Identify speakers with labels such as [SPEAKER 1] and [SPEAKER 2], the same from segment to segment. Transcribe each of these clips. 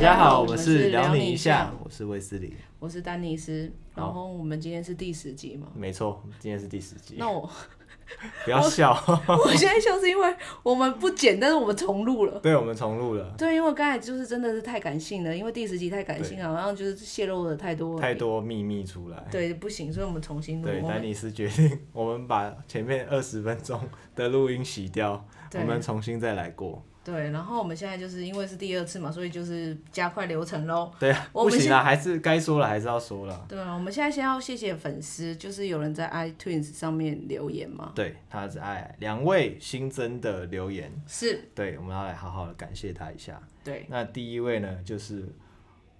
[SPEAKER 1] 家好，
[SPEAKER 2] 我
[SPEAKER 1] 我
[SPEAKER 2] 们
[SPEAKER 1] 们
[SPEAKER 2] 是
[SPEAKER 1] 是
[SPEAKER 2] 聊
[SPEAKER 1] 聊
[SPEAKER 2] 你
[SPEAKER 1] 你
[SPEAKER 2] 一
[SPEAKER 1] 一
[SPEAKER 2] 下
[SPEAKER 1] 下，我是卫斯理，
[SPEAKER 2] 我是丹尼斯，
[SPEAKER 1] 好
[SPEAKER 2] 然后我们今天是第十集嘛。
[SPEAKER 1] 没错，今天是第十集，
[SPEAKER 2] 那我
[SPEAKER 1] 不要笑，
[SPEAKER 2] 我现在笑是因为我们不剪，但是我们重录了。
[SPEAKER 1] 对我们重录了，
[SPEAKER 2] 对，因为刚才就是真的是太感性了，因为第十集太感性了，好像就是泄露了太多。
[SPEAKER 1] 太。多秘密出来。
[SPEAKER 2] 对，不行，所以我们重新录。
[SPEAKER 1] 对，
[SPEAKER 2] 我
[SPEAKER 1] 丹
[SPEAKER 2] 们
[SPEAKER 1] 尼斯决定，我们把前面二十分钟的录音洗掉，我
[SPEAKER 2] 对
[SPEAKER 1] 们重新再来过。
[SPEAKER 2] 对，然后我们现在就是因为是第二次嘛，所以就是加快流程喽。
[SPEAKER 1] 对啊，
[SPEAKER 2] 我
[SPEAKER 1] 不
[SPEAKER 2] 们
[SPEAKER 1] 行
[SPEAKER 2] 先
[SPEAKER 1] 啦，还是该说了，还是要说了。
[SPEAKER 2] 对啊，我们现在先要谢谢粉丝，就是有人在 iTunes 上面留言嘛。
[SPEAKER 1] 对，他是爱两位新增的留言，
[SPEAKER 2] 是，
[SPEAKER 1] 对，我们要来好好的感谢他一下。
[SPEAKER 2] 对，
[SPEAKER 1] 那第一位呢，就是，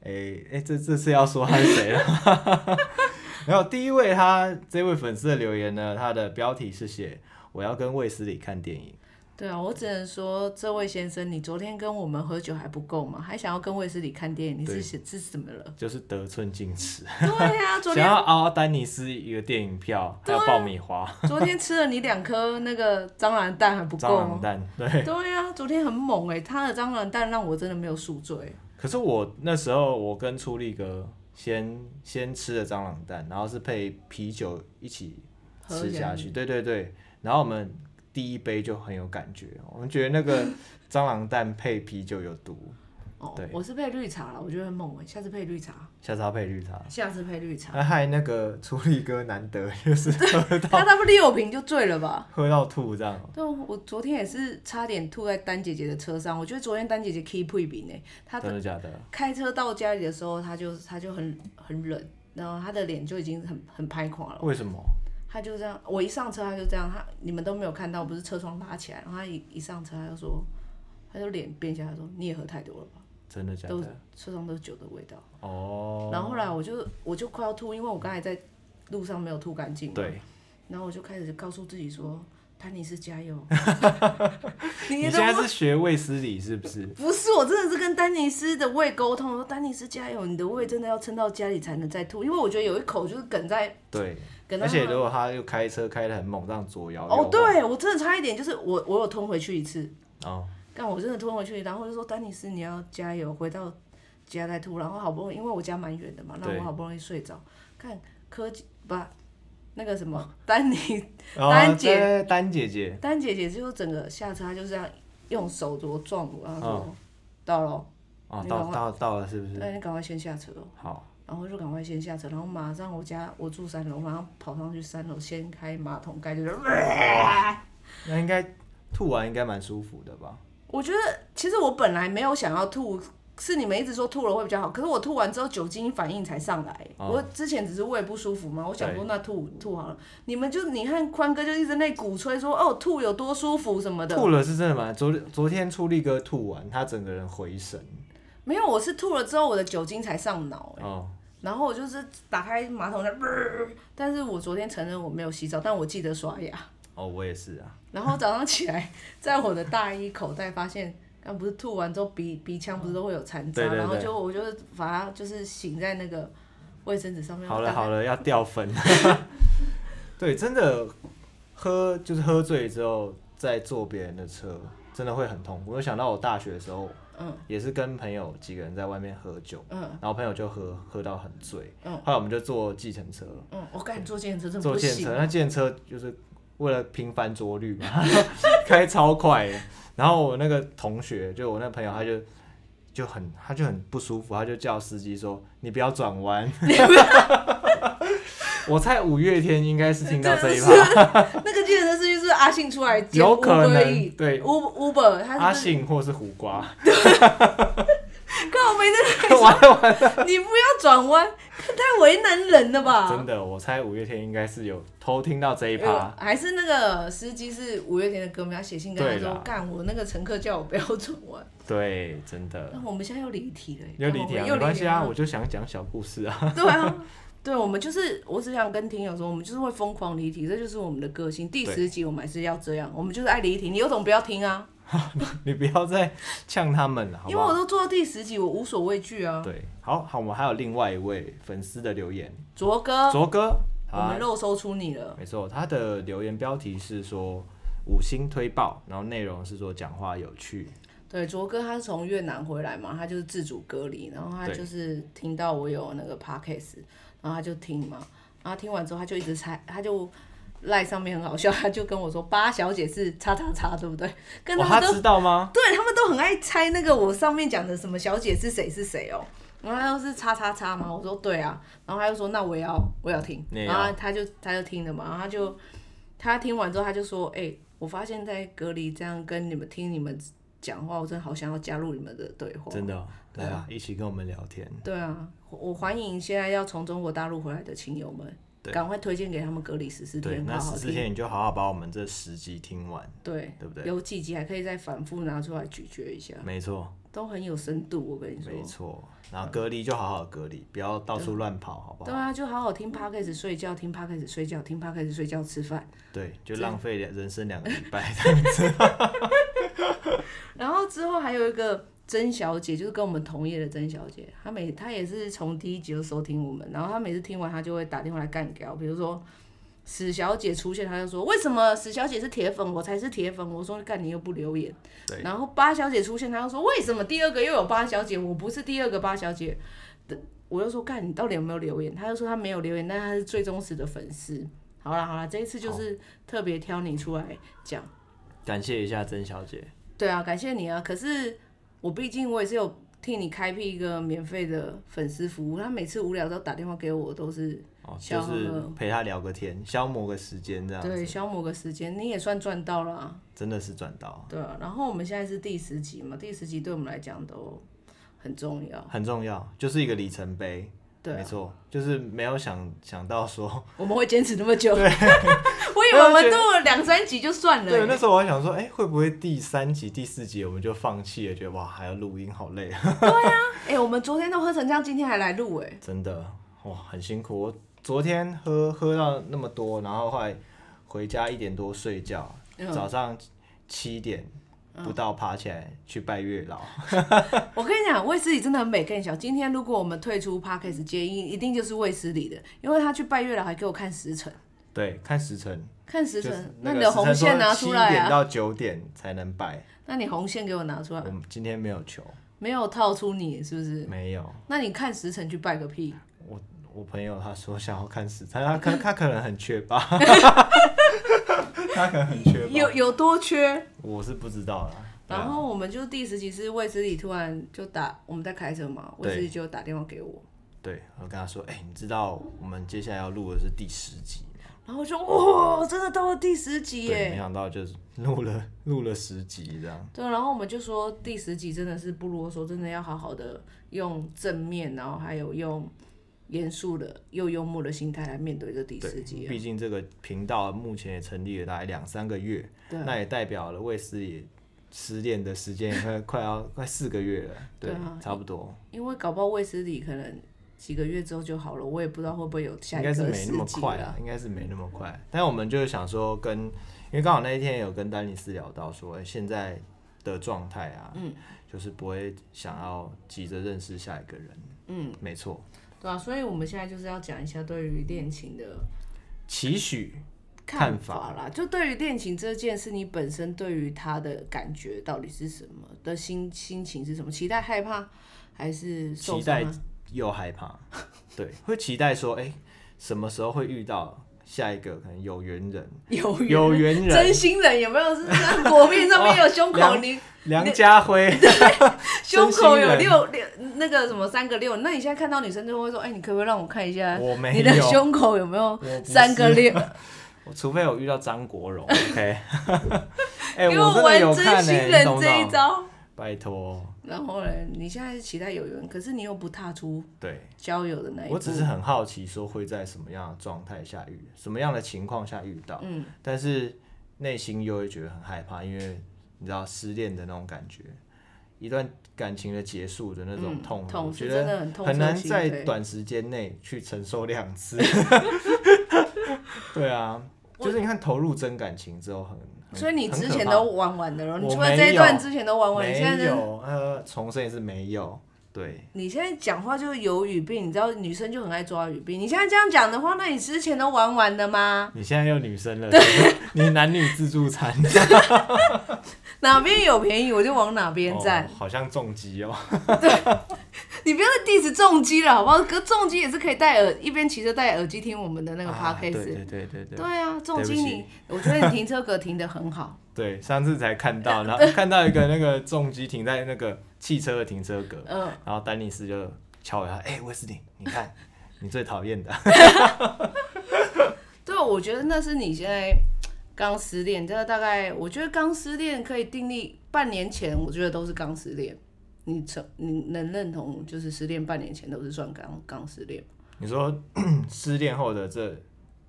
[SPEAKER 1] 诶、诶、这这次要说他是谁了？ 然后第一位他这位粉丝的留言呢，他的标题是写“我要跟卫斯理看电影
[SPEAKER 2] 对啊，我只能说，这位先生，你昨天跟我们喝酒还不够吗？还想要跟卫斯理看电影，你
[SPEAKER 1] 对
[SPEAKER 2] 是是是怎么了？”，
[SPEAKER 1] 就是得寸进尺，
[SPEAKER 2] 对呀、啊，昨
[SPEAKER 1] 想
[SPEAKER 2] 天
[SPEAKER 1] 要凹丹尼斯一个电影票，还有爆米花、
[SPEAKER 2] 昨天吃了你两颗那个蟑螂蛋还不
[SPEAKER 1] 蟑
[SPEAKER 2] 够
[SPEAKER 1] 螂
[SPEAKER 2] 吗？
[SPEAKER 1] 蛋，对。
[SPEAKER 2] 对呀、啊，昨天很猛哎、他的蟑螂蛋让我真的没有宿醉。
[SPEAKER 1] 可是我那时候我跟初力哥先先吃了蟑螂蛋，然后是配啤酒一起吃下去，对对对，然后我们第一杯就很有感觉，我们觉得 那个蟑螂蛋配啤酒有毒，
[SPEAKER 2] 哦
[SPEAKER 1] 对，
[SPEAKER 2] 我是配绿茶了，我觉得很猛哎、下次配绿茶，
[SPEAKER 1] 下次要配绿茶。
[SPEAKER 2] 下次配绿茶。
[SPEAKER 1] 那害那个初力哥难得就是 喝到
[SPEAKER 2] 他差不多六瓶就醉了吧？
[SPEAKER 1] 喝到吐这样，
[SPEAKER 2] 对，我昨天也是差点吐在丹姐姐的车上。我觉得昨天丹姐姐 keep 一瓶哎，她
[SPEAKER 1] 真的假的？
[SPEAKER 2] 开车到家里的时候，他就他就很很冷，然后他的脸就已经很很拍垮了。
[SPEAKER 1] 为什么？
[SPEAKER 2] 他就这样，我一上车他就这样，他你们都没有看到，不是车窗拉起来，然后他一一上车他就说，他就脸变下来说你也喝太多了吧，
[SPEAKER 1] 真的假
[SPEAKER 2] 都
[SPEAKER 1] 的？
[SPEAKER 2] 车上都是酒的味道。
[SPEAKER 1] 哦，
[SPEAKER 2] 然后后来我就我就快要吐，因为我刚才在路上没有吐干净嘛。
[SPEAKER 1] 对，
[SPEAKER 2] 然后我就开始告诉自己说，丹尼斯加油， 你
[SPEAKER 1] 你
[SPEAKER 2] 也
[SPEAKER 1] 现
[SPEAKER 2] 懂
[SPEAKER 1] 在是学卫斯理是不 是？
[SPEAKER 2] 不是，我真的是跟丹尼斯的胃沟通，我说丹尼斯加油，你的胃真的要撑到家里才能再吐，因为我觉得有一口就是梗在
[SPEAKER 1] 对，
[SPEAKER 2] 梗在。
[SPEAKER 1] 而且如果他又开车开得很猛，这样左摇右
[SPEAKER 2] 哦，
[SPEAKER 1] 晃，
[SPEAKER 2] 对我真的差一点，就是我我有吞回去一次，
[SPEAKER 1] 哦，
[SPEAKER 2] 但我真的吞回去，然后我就说丹尼斯你要加油，回到家再吐，然后好不容易因为我家蛮远的嘛，那
[SPEAKER 1] 对
[SPEAKER 2] 我好不容易睡着，看柯基不 那个什么丹尼
[SPEAKER 1] 然后
[SPEAKER 2] 丹姐
[SPEAKER 1] 哦对丹姐姐，
[SPEAKER 2] 丹姐姐就整个下车，她就这样用手镯撞我，然后说、
[SPEAKER 1] 嗯
[SPEAKER 2] 到了哦，
[SPEAKER 1] 哦，
[SPEAKER 2] 你赶
[SPEAKER 1] 到
[SPEAKER 2] 快
[SPEAKER 1] 到到了是不是？
[SPEAKER 2] 那你赶快先下车哦。
[SPEAKER 1] 好，
[SPEAKER 2] 然后就赶快先下车，然后马上我家我住三楼，然后跑上去三楼，掀开马桶盖就是，
[SPEAKER 1] 那应该吐完应该蛮舒服的吧？
[SPEAKER 2] 我觉得其实我本来没有想要吐，是你们一直说吐了会比较好，可是我吐完之后酒精反应才上来，
[SPEAKER 1] 哦
[SPEAKER 2] 我之前只是胃不舒服嘛，我想说
[SPEAKER 1] 对
[SPEAKER 2] 那吐吐好了，你们就你看宽哥就一直在鼓吹说哦吐有多舒服什么的，
[SPEAKER 1] 吐了是真的蛮，昨昨天出力哥吐完，他整个人回神，
[SPEAKER 2] 没有，我是吐了之后我的酒精才上脑、欸
[SPEAKER 1] 哦，
[SPEAKER 2] 然后我就是打开马桶在，但是我昨天承认我没有洗澡，但我记得刷牙。
[SPEAKER 1] 哦，我也是啊，
[SPEAKER 2] 然后早上起来，在我的大衣口袋发现，刚不是吐完之后鼻鼻腔不是都会有残渣，
[SPEAKER 1] 对对对
[SPEAKER 2] 然后就我就把它就是醒在那个卫生纸上面。
[SPEAKER 1] 好了
[SPEAKER 2] 大概
[SPEAKER 1] 好了，要掉粉，嗯对，真的喝就是喝醉之后再坐别人的车，真的会很痛苦。我想到我大学的时候，
[SPEAKER 2] 嗯，
[SPEAKER 1] 也是跟朋友几个人在外面喝酒，
[SPEAKER 2] 嗯
[SPEAKER 1] 然后朋友就喝喝到很醉，
[SPEAKER 2] 嗯
[SPEAKER 1] 后来我们就坐计程车，
[SPEAKER 2] 嗯，我感觉坐电车真的
[SPEAKER 1] 坐
[SPEAKER 2] 不
[SPEAKER 1] 电
[SPEAKER 2] 行啊
[SPEAKER 1] 车，。那电车就是为了频繁拙虑嘛， 开超快的。然后我那个同学，就我那朋友，他就就很他就很不舒服，他就叫司机说：“你不要转弯。” 我猜五月天应该是听到这一
[SPEAKER 2] 真
[SPEAKER 1] 趴，
[SPEAKER 2] 那个电车司机是不是阿信出来接
[SPEAKER 1] 有可能
[SPEAKER 2] Uber Eats？
[SPEAKER 1] 对
[SPEAKER 2] Uber Uber，
[SPEAKER 1] 阿
[SPEAKER 2] 他是
[SPEAKER 1] 信或是胡瓜，
[SPEAKER 2] 看我没在那里
[SPEAKER 1] 完了
[SPEAKER 2] 说，你不要转弯，太为难人了吧？
[SPEAKER 1] 真的，啊我猜五月天应该是有偷听到这一
[SPEAKER 2] 呃
[SPEAKER 1] 趴。
[SPEAKER 2] 还是那个司机是五月天的歌迷，他写信跟他
[SPEAKER 1] 对啦
[SPEAKER 2] 说：“干，我那个乘客叫我不要转弯。”
[SPEAKER 1] 对，真的
[SPEAKER 2] 那我们现在又离题了耶，
[SPEAKER 1] 有理题啊，
[SPEAKER 2] 哦又
[SPEAKER 1] 没关系
[SPEAKER 2] 了
[SPEAKER 1] 啊，我就想讲小故事啊。
[SPEAKER 2] 对啊，对，我们就是，我只想跟听友说，我们就是会疯狂离题，这就是我们的个性。第
[SPEAKER 1] 对
[SPEAKER 2] 十集我们还是要这样，我们就是爱离题，你有种不要听啊，
[SPEAKER 1] 你不要再呛他们了，好
[SPEAKER 2] 因
[SPEAKER 1] 不
[SPEAKER 2] 为
[SPEAKER 1] 好
[SPEAKER 2] 我？都做到第十集，我无所畏惧啊。
[SPEAKER 1] 对，好好，我们还有另外一位粉丝的留言，
[SPEAKER 2] 卓哥，
[SPEAKER 1] 卓哥，
[SPEAKER 2] 哦我们
[SPEAKER 1] 啊，
[SPEAKER 2] 肉搜出你了，
[SPEAKER 1] 没错，他的留言标题是说五星推爆，然后内容是说讲话有趣，
[SPEAKER 2] 对，卓哥他是从越南回来嘛，他就是自主隔离，然后他
[SPEAKER 1] 对
[SPEAKER 2] 就是听到我有那个 podcast，然后他就听嘛，然后听完之后他就一直猜，他就赖上面很好笑，他就跟我说八小姐是叉叉叉，对不对？跟
[SPEAKER 1] 哦，
[SPEAKER 2] 他
[SPEAKER 1] 他
[SPEAKER 2] 们都、
[SPEAKER 1] 知道吗？
[SPEAKER 2] 对他们都很爱猜那个我上面讲的什么小姐是谁是谁哦。然后他说是叉叉叉嘛，我说对啊，然后他就说那我也要我也要听，
[SPEAKER 1] 你也要
[SPEAKER 2] 然后他就他就听了嘛，然后他就他听完之后他就说，哎、我发现在隔离这样跟你们听你们讲话，我真的好想要加入你们的对话。
[SPEAKER 1] 真的哦，对
[SPEAKER 2] 对
[SPEAKER 1] 啊，一起跟我们聊天。
[SPEAKER 2] 对啊，我我欢迎现在要从中国大陆回来的亲友们，
[SPEAKER 1] 对
[SPEAKER 2] 赶快推荐给他们隔离十四
[SPEAKER 1] 对，
[SPEAKER 2] 天，
[SPEAKER 1] 那
[SPEAKER 2] 好好
[SPEAKER 1] 十四
[SPEAKER 2] 听。
[SPEAKER 1] 天你就好好把我们这十集听完，
[SPEAKER 2] 对，
[SPEAKER 1] 对不对？
[SPEAKER 2] 有几集还可以再反复拿出来咀嚼一下，
[SPEAKER 1] 没错，
[SPEAKER 2] 都很有深度。我跟你说，
[SPEAKER 1] 没错。然后隔离就好好隔离，不要到处乱跑，好不
[SPEAKER 2] 对
[SPEAKER 1] 好？
[SPEAKER 2] 啊，就好好听 podcast 睡觉，听 podcast 睡觉，听 podcast 睡觉吃饭。
[SPEAKER 1] 对，就
[SPEAKER 2] 这
[SPEAKER 1] 浪费两人生两个礼 拜。
[SPEAKER 2] 然后之后还有一个曾小姐，就是跟我们同业的曾小姐，她每她也是从第一集就收听我们，然后她每次听完，她就会打电话来干掉，比如说。史小姐出现，她就说：“为什么史小姐是铁粉，我才是铁粉？”我说：“干你又不留言。”
[SPEAKER 1] 对
[SPEAKER 2] 然后八小姐出现，她就说：“为什么第二个又有八小姐？我不是第二个八小姐。”我又说：“干你到底有没有留言？”她就说：“她没有留言，但她是最忠实的粉丝。”好啦好啦，这一次就是特别挑你出来讲。
[SPEAKER 1] 感谢一下曾小姐，
[SPEAKER 2] 对啊，感谢你啊！可是我毕竟我也是有替你开辟一个免费的粉丝服务，他每次无聊都打电话给我，都是
[SPEAKER 1] 哦，就
[SPEAKER 2] 消耗
[SPEAKER 1] 是
[SPEAKER 2] 了
[SPEAKER 1] 陪她聊个天，消磨个时间这样
[SPEAKER 2] 对
[SPEAKER 1] 子，
[SPEAKER 2] 消磨个时间，你也算赚到了、啊，
[SPEAKER 1] 真的是赚到，
[SPEAKER 2] 对啊。然后我们现在是第十集嘛，第十集对我们来讲都很重要，
[SPEAKER 1] 很重要，就是一个里程碑。
[SPEAKER 2] 对
[SPEAKER 1] 没
[SPEAKER 2] 啊，
[SPEAKER 1] 错，就是没有想想到说，
[SPEAKER 2] 我们会坚持那么久，我以为我们录了两三集就算了、欸
[SPEAKER 1] 对，那时候我还想说，哎、会不会第三集、第四集我们就放弃了？觉得哇，还要录音，好累啊！
[SPEAKER 2] 哎、我们昨天都喝成这样，今天还来录哎、
[SPEAKER 1] 真的，哇，很辛苦。我昨天喝喝到那么多，然后后来回家一点多睡觉，
[SPEAKER 2] 嗯
[SPEAKER 1] 早上七点不到爬起来去拜月老。
[SPEAKER 2] 我跟你讲，卫斯理真的很美。跟你讲，今天如果我们退出 Parkes 接应，一定就是卫斯理的，因为他去拜月老还给我看时辰，
[SPEAKER 1] 对，看时辰，
[SPEAKER 2] 看时
[SPEAKER 1] 就是
[SPEAKER 2] 辰，
[SPEAKER 1] 那
[SPEAKER 2] 你
[SPEAKER 1] 个
[SPEAKER 2] 的
[SPEAKER 1] 时辰
[SPEAKER 2] 红线
[SPEAKER 1] 说
[SPEAKER 2] 拿
[SPEAKER 1] 七
[SPEAKER 2] 出来
[SPEAKER 1] 点
[SPEAKER 2] 啊，
[SPEAKER 1] 到九点才能拜。
[SPEAKER 2] 那你红线给我拿出来
[SPEAKER 1] 我，们今天没有求，
[SPEAKER 2] 没有套出你是不是？
[SPEAKER 1] 没有。
[SPEAKER 2] 那你看时辰去拜个屁！
[SPEAKER 1] 我我朋友他说想要看时辰，他可他可能很缺吧，他可能很缺吧，
[SPEAKER 2] 有有多缺？
[SPEAKER 1] 我是不知道啦。对啊
[SPEAKER 2] 然后我们就第十集是卫斯理突然就打，我们在开车嘛，
[SPEAKER 1] 对
[SPEAKER 2] 卫斯理就打电话给我，
[SPEAKER 1] 对，我跟他说，哎、你知道我们接下来要录的是第十集吗，
[SPEAKER 2] 然后我就哇，真的到了第十集
[SPEAKER 1] 对，没
[SPEAKER 2] 耶！
[SPEAKER 1] 想到就是录了 录了十集这样，
[SPEAKER 2] 对，然后我们就说第十集真的是不啰嗦，真的要好好的用正面，然后还有用严肃的又幽默的心态来面对这第
[SPEAKER 1] 对
[SPEAKER 2] 十，集啊。
[SPEAKER 1] 毕竟这个频道目前也成立了大概两三个月，
[SPEAKER 2] 对啊
[SPEAKER 1] 那也代表了卫斯也失恋的时间也快快要快四个月了，对，
[SPEAKER 2] 对啊
[SPEAKER 1] 差不多，
[SPEAKER 2] 因为搞不好卫斯理可能几个月之后就好了，我也不知道会不会有下
[SPEAKER 1] 应
[SPEAKER 2] 一
[SPEAKER 1] 该
[SPEAKER 2] 个十
[SPEAKER 1] 是没
[SPEAKER 2] 集
[SPEAKER 1] 那么快
[SPEAKER 2] 了
[SPEAKER 1] 啊，。应该是没那么快，但我们就是想说跟，因为刚好那一天有跟丹尼斯聊到说，哎、现在的状态啊，嗯，就是不会想要急着认识下一个人，嗯，没错。
[SPEAKER 2] 对啊，所以我们现在就是要讲一下对于恋情的
[SPEAKER 1] 期许，看
[SPEAKER 2] 看
[SPEAKER 1] 法
[SPEAKER 2] 法啦。就对于恋情这件事，你本身对于他的感觉到底是什么的心心情是什么？期待、害怕，还是受
[SPEAKER 1] 期
[SPEAKER 2] 伤
[SPEAKER 1] 待
[SPEAKER 2] 啊？
[SPEAKER 1] 又 害怕，对，会期待说，哎、什么时候会遇到下一个可能有缘人？
[SPEAKER 2] 有缘
[SPEAKER 1] 有缘人
[SPEAKER 2] 真，心人有没有？是那薄面上面有胸口，
[SPEAKER 1] 梁
[SPEAKER 2] 你
[SPEAKER 1] 梁家 辉，
[SPEAKER 2] 胸
[SPEAKER 1] 哦真
[SPEAKER 2] 口
[SPEAKER 1] 心
[SPEAKER 2] 有
[SPEAKER 1] 人
[SPEAKER 2] 六六那个什么三个六，那你现在看到女生就会说，哎、你可不可以让我看一下
[SPEAKER 1] 我没
[SPEAKER 2] 你的
[SPEAKER 1] 有，
[SPEAKER 2] 胸口有没有
[SPEAKER 1] 不是
[SPEAKER 2] 三个六？
[SPEAKER 1] 我除非我遇到张国荣，OK，哎、
[SPEAKER 2] 给
[SPEAKER 1] 真的
[SPEAKER 2] 玩
[SPEAKER 1] 有
[SPEAKER 2] 真
[SPEAKER 1] 看
[SPEAKER 2] 心
[SPEAKER 1] 呢、
[SPEAKER 2] 人
[SPEAKER 1] 你懂不
[SPEAKER 2] 这一
[SPEAKER 1] 懂？
[SPEAKER 2] 招。
[SPEAKER 1] 拜托，
[SPEAKER 2] 然后呢，你现在是期待有缘，可是你又不踏出
[SPEAKER 1] 对
[SPEAKER 2] 交友的那一步。
[SPEAKER 1] 我只是很好奇，说会在什么样的状态下遇，什么样的情况下遇到，
[SPEAKER 2] 嗯，
[SPEAKER 1] 但是内心又会觉得很害怕，因为你知道失恋的那种感觉，一段感情的结束的那种
[SPEAKER 2] 嗯
[SPEAKER 1] 痛，
[SPEAKER 2] 痛
[SPEAKER 1] 我
[SPEAKER 2] 是
[SPEAKER 1] 觉
[SPEAKER 2] 真的
[SPEAKER 1] 得
[SPEAKER 2] 很痛
[SPEAKER 1] 很
[SPEAKER 2] 彻
[SPEAKER 1] 难
[SPEAKER 2] 心
[SPEAKER 1] 在
[SPEAKER 2] 扉
[SPEAKER 1] 短时间内去承受两 次。对啊，就是你看投入真感情之后很，很
[SPEAKER 2] 所以你
[SPEAKER 1] 很
[SPEAKER 2] 之
[SPEAKER 1] 可
[SPEAKER 2] 前
[SPEAKER 1] 怕
[SPEAKER 2] 都玩完的了，
[SPEAKER 1] 我
[SPEAKER 2] 你除了
[SPEAKER 1] 没
[SPEAKER 2] 这一
[SPEAKER 1] 有
[SPEAKER 2] 段之前都玩完，你现在
[SPEAKER 1] 没
[SPEAKER 2] 是
[SPEAKER 1] 有呃，重生也是没有，对，
[SPEAKER 2] 你现在讲话就是有语病，你知道女生就很爱抓语病。你现在这样讲的话，那你之前都玩完的吗？
[SPEAKER 1] 你现在又 女生了，对，你男女自助餐，
[SPEAKER 2] 哪边有便宜我就往哪边站
[SPEAKER 1] 哦，，好像重击哦。
[SPEAKER 2] 你不要再 diss 重机了，好不好？可重机也是可以戴耳，一边骑车戴耳机听我们的那个
[SPEAKER 1] 啊对
[SPEAKER 2] podcast。
[SPEAKER 1] 对对对对
[SPEAKER 2] 对啊，重机
[SPEAKER 1] 对不
[SPEAKER 2] 你，我觉得你停车格停得很好。
[SPEAKER 1] 对，上次才看到，然后看到一个那个重击停在那个汽车的停车格，
[SPEAKER 2] 嗯，
[SPEAKER 1] 然后丹尼斯就敲我一下，哎、威斯汀，你看 你最讨厌的，
[SPEAKER 2] 对，啊我觉得那是你现在刚失恋，这大概我觉得刚失恋可以定义半年前，我觉得都是刚失恋。你承你能认同，就是失恋半年前都是算刚刚失恋，
[SPEAKER 1] 你说 失恋后的这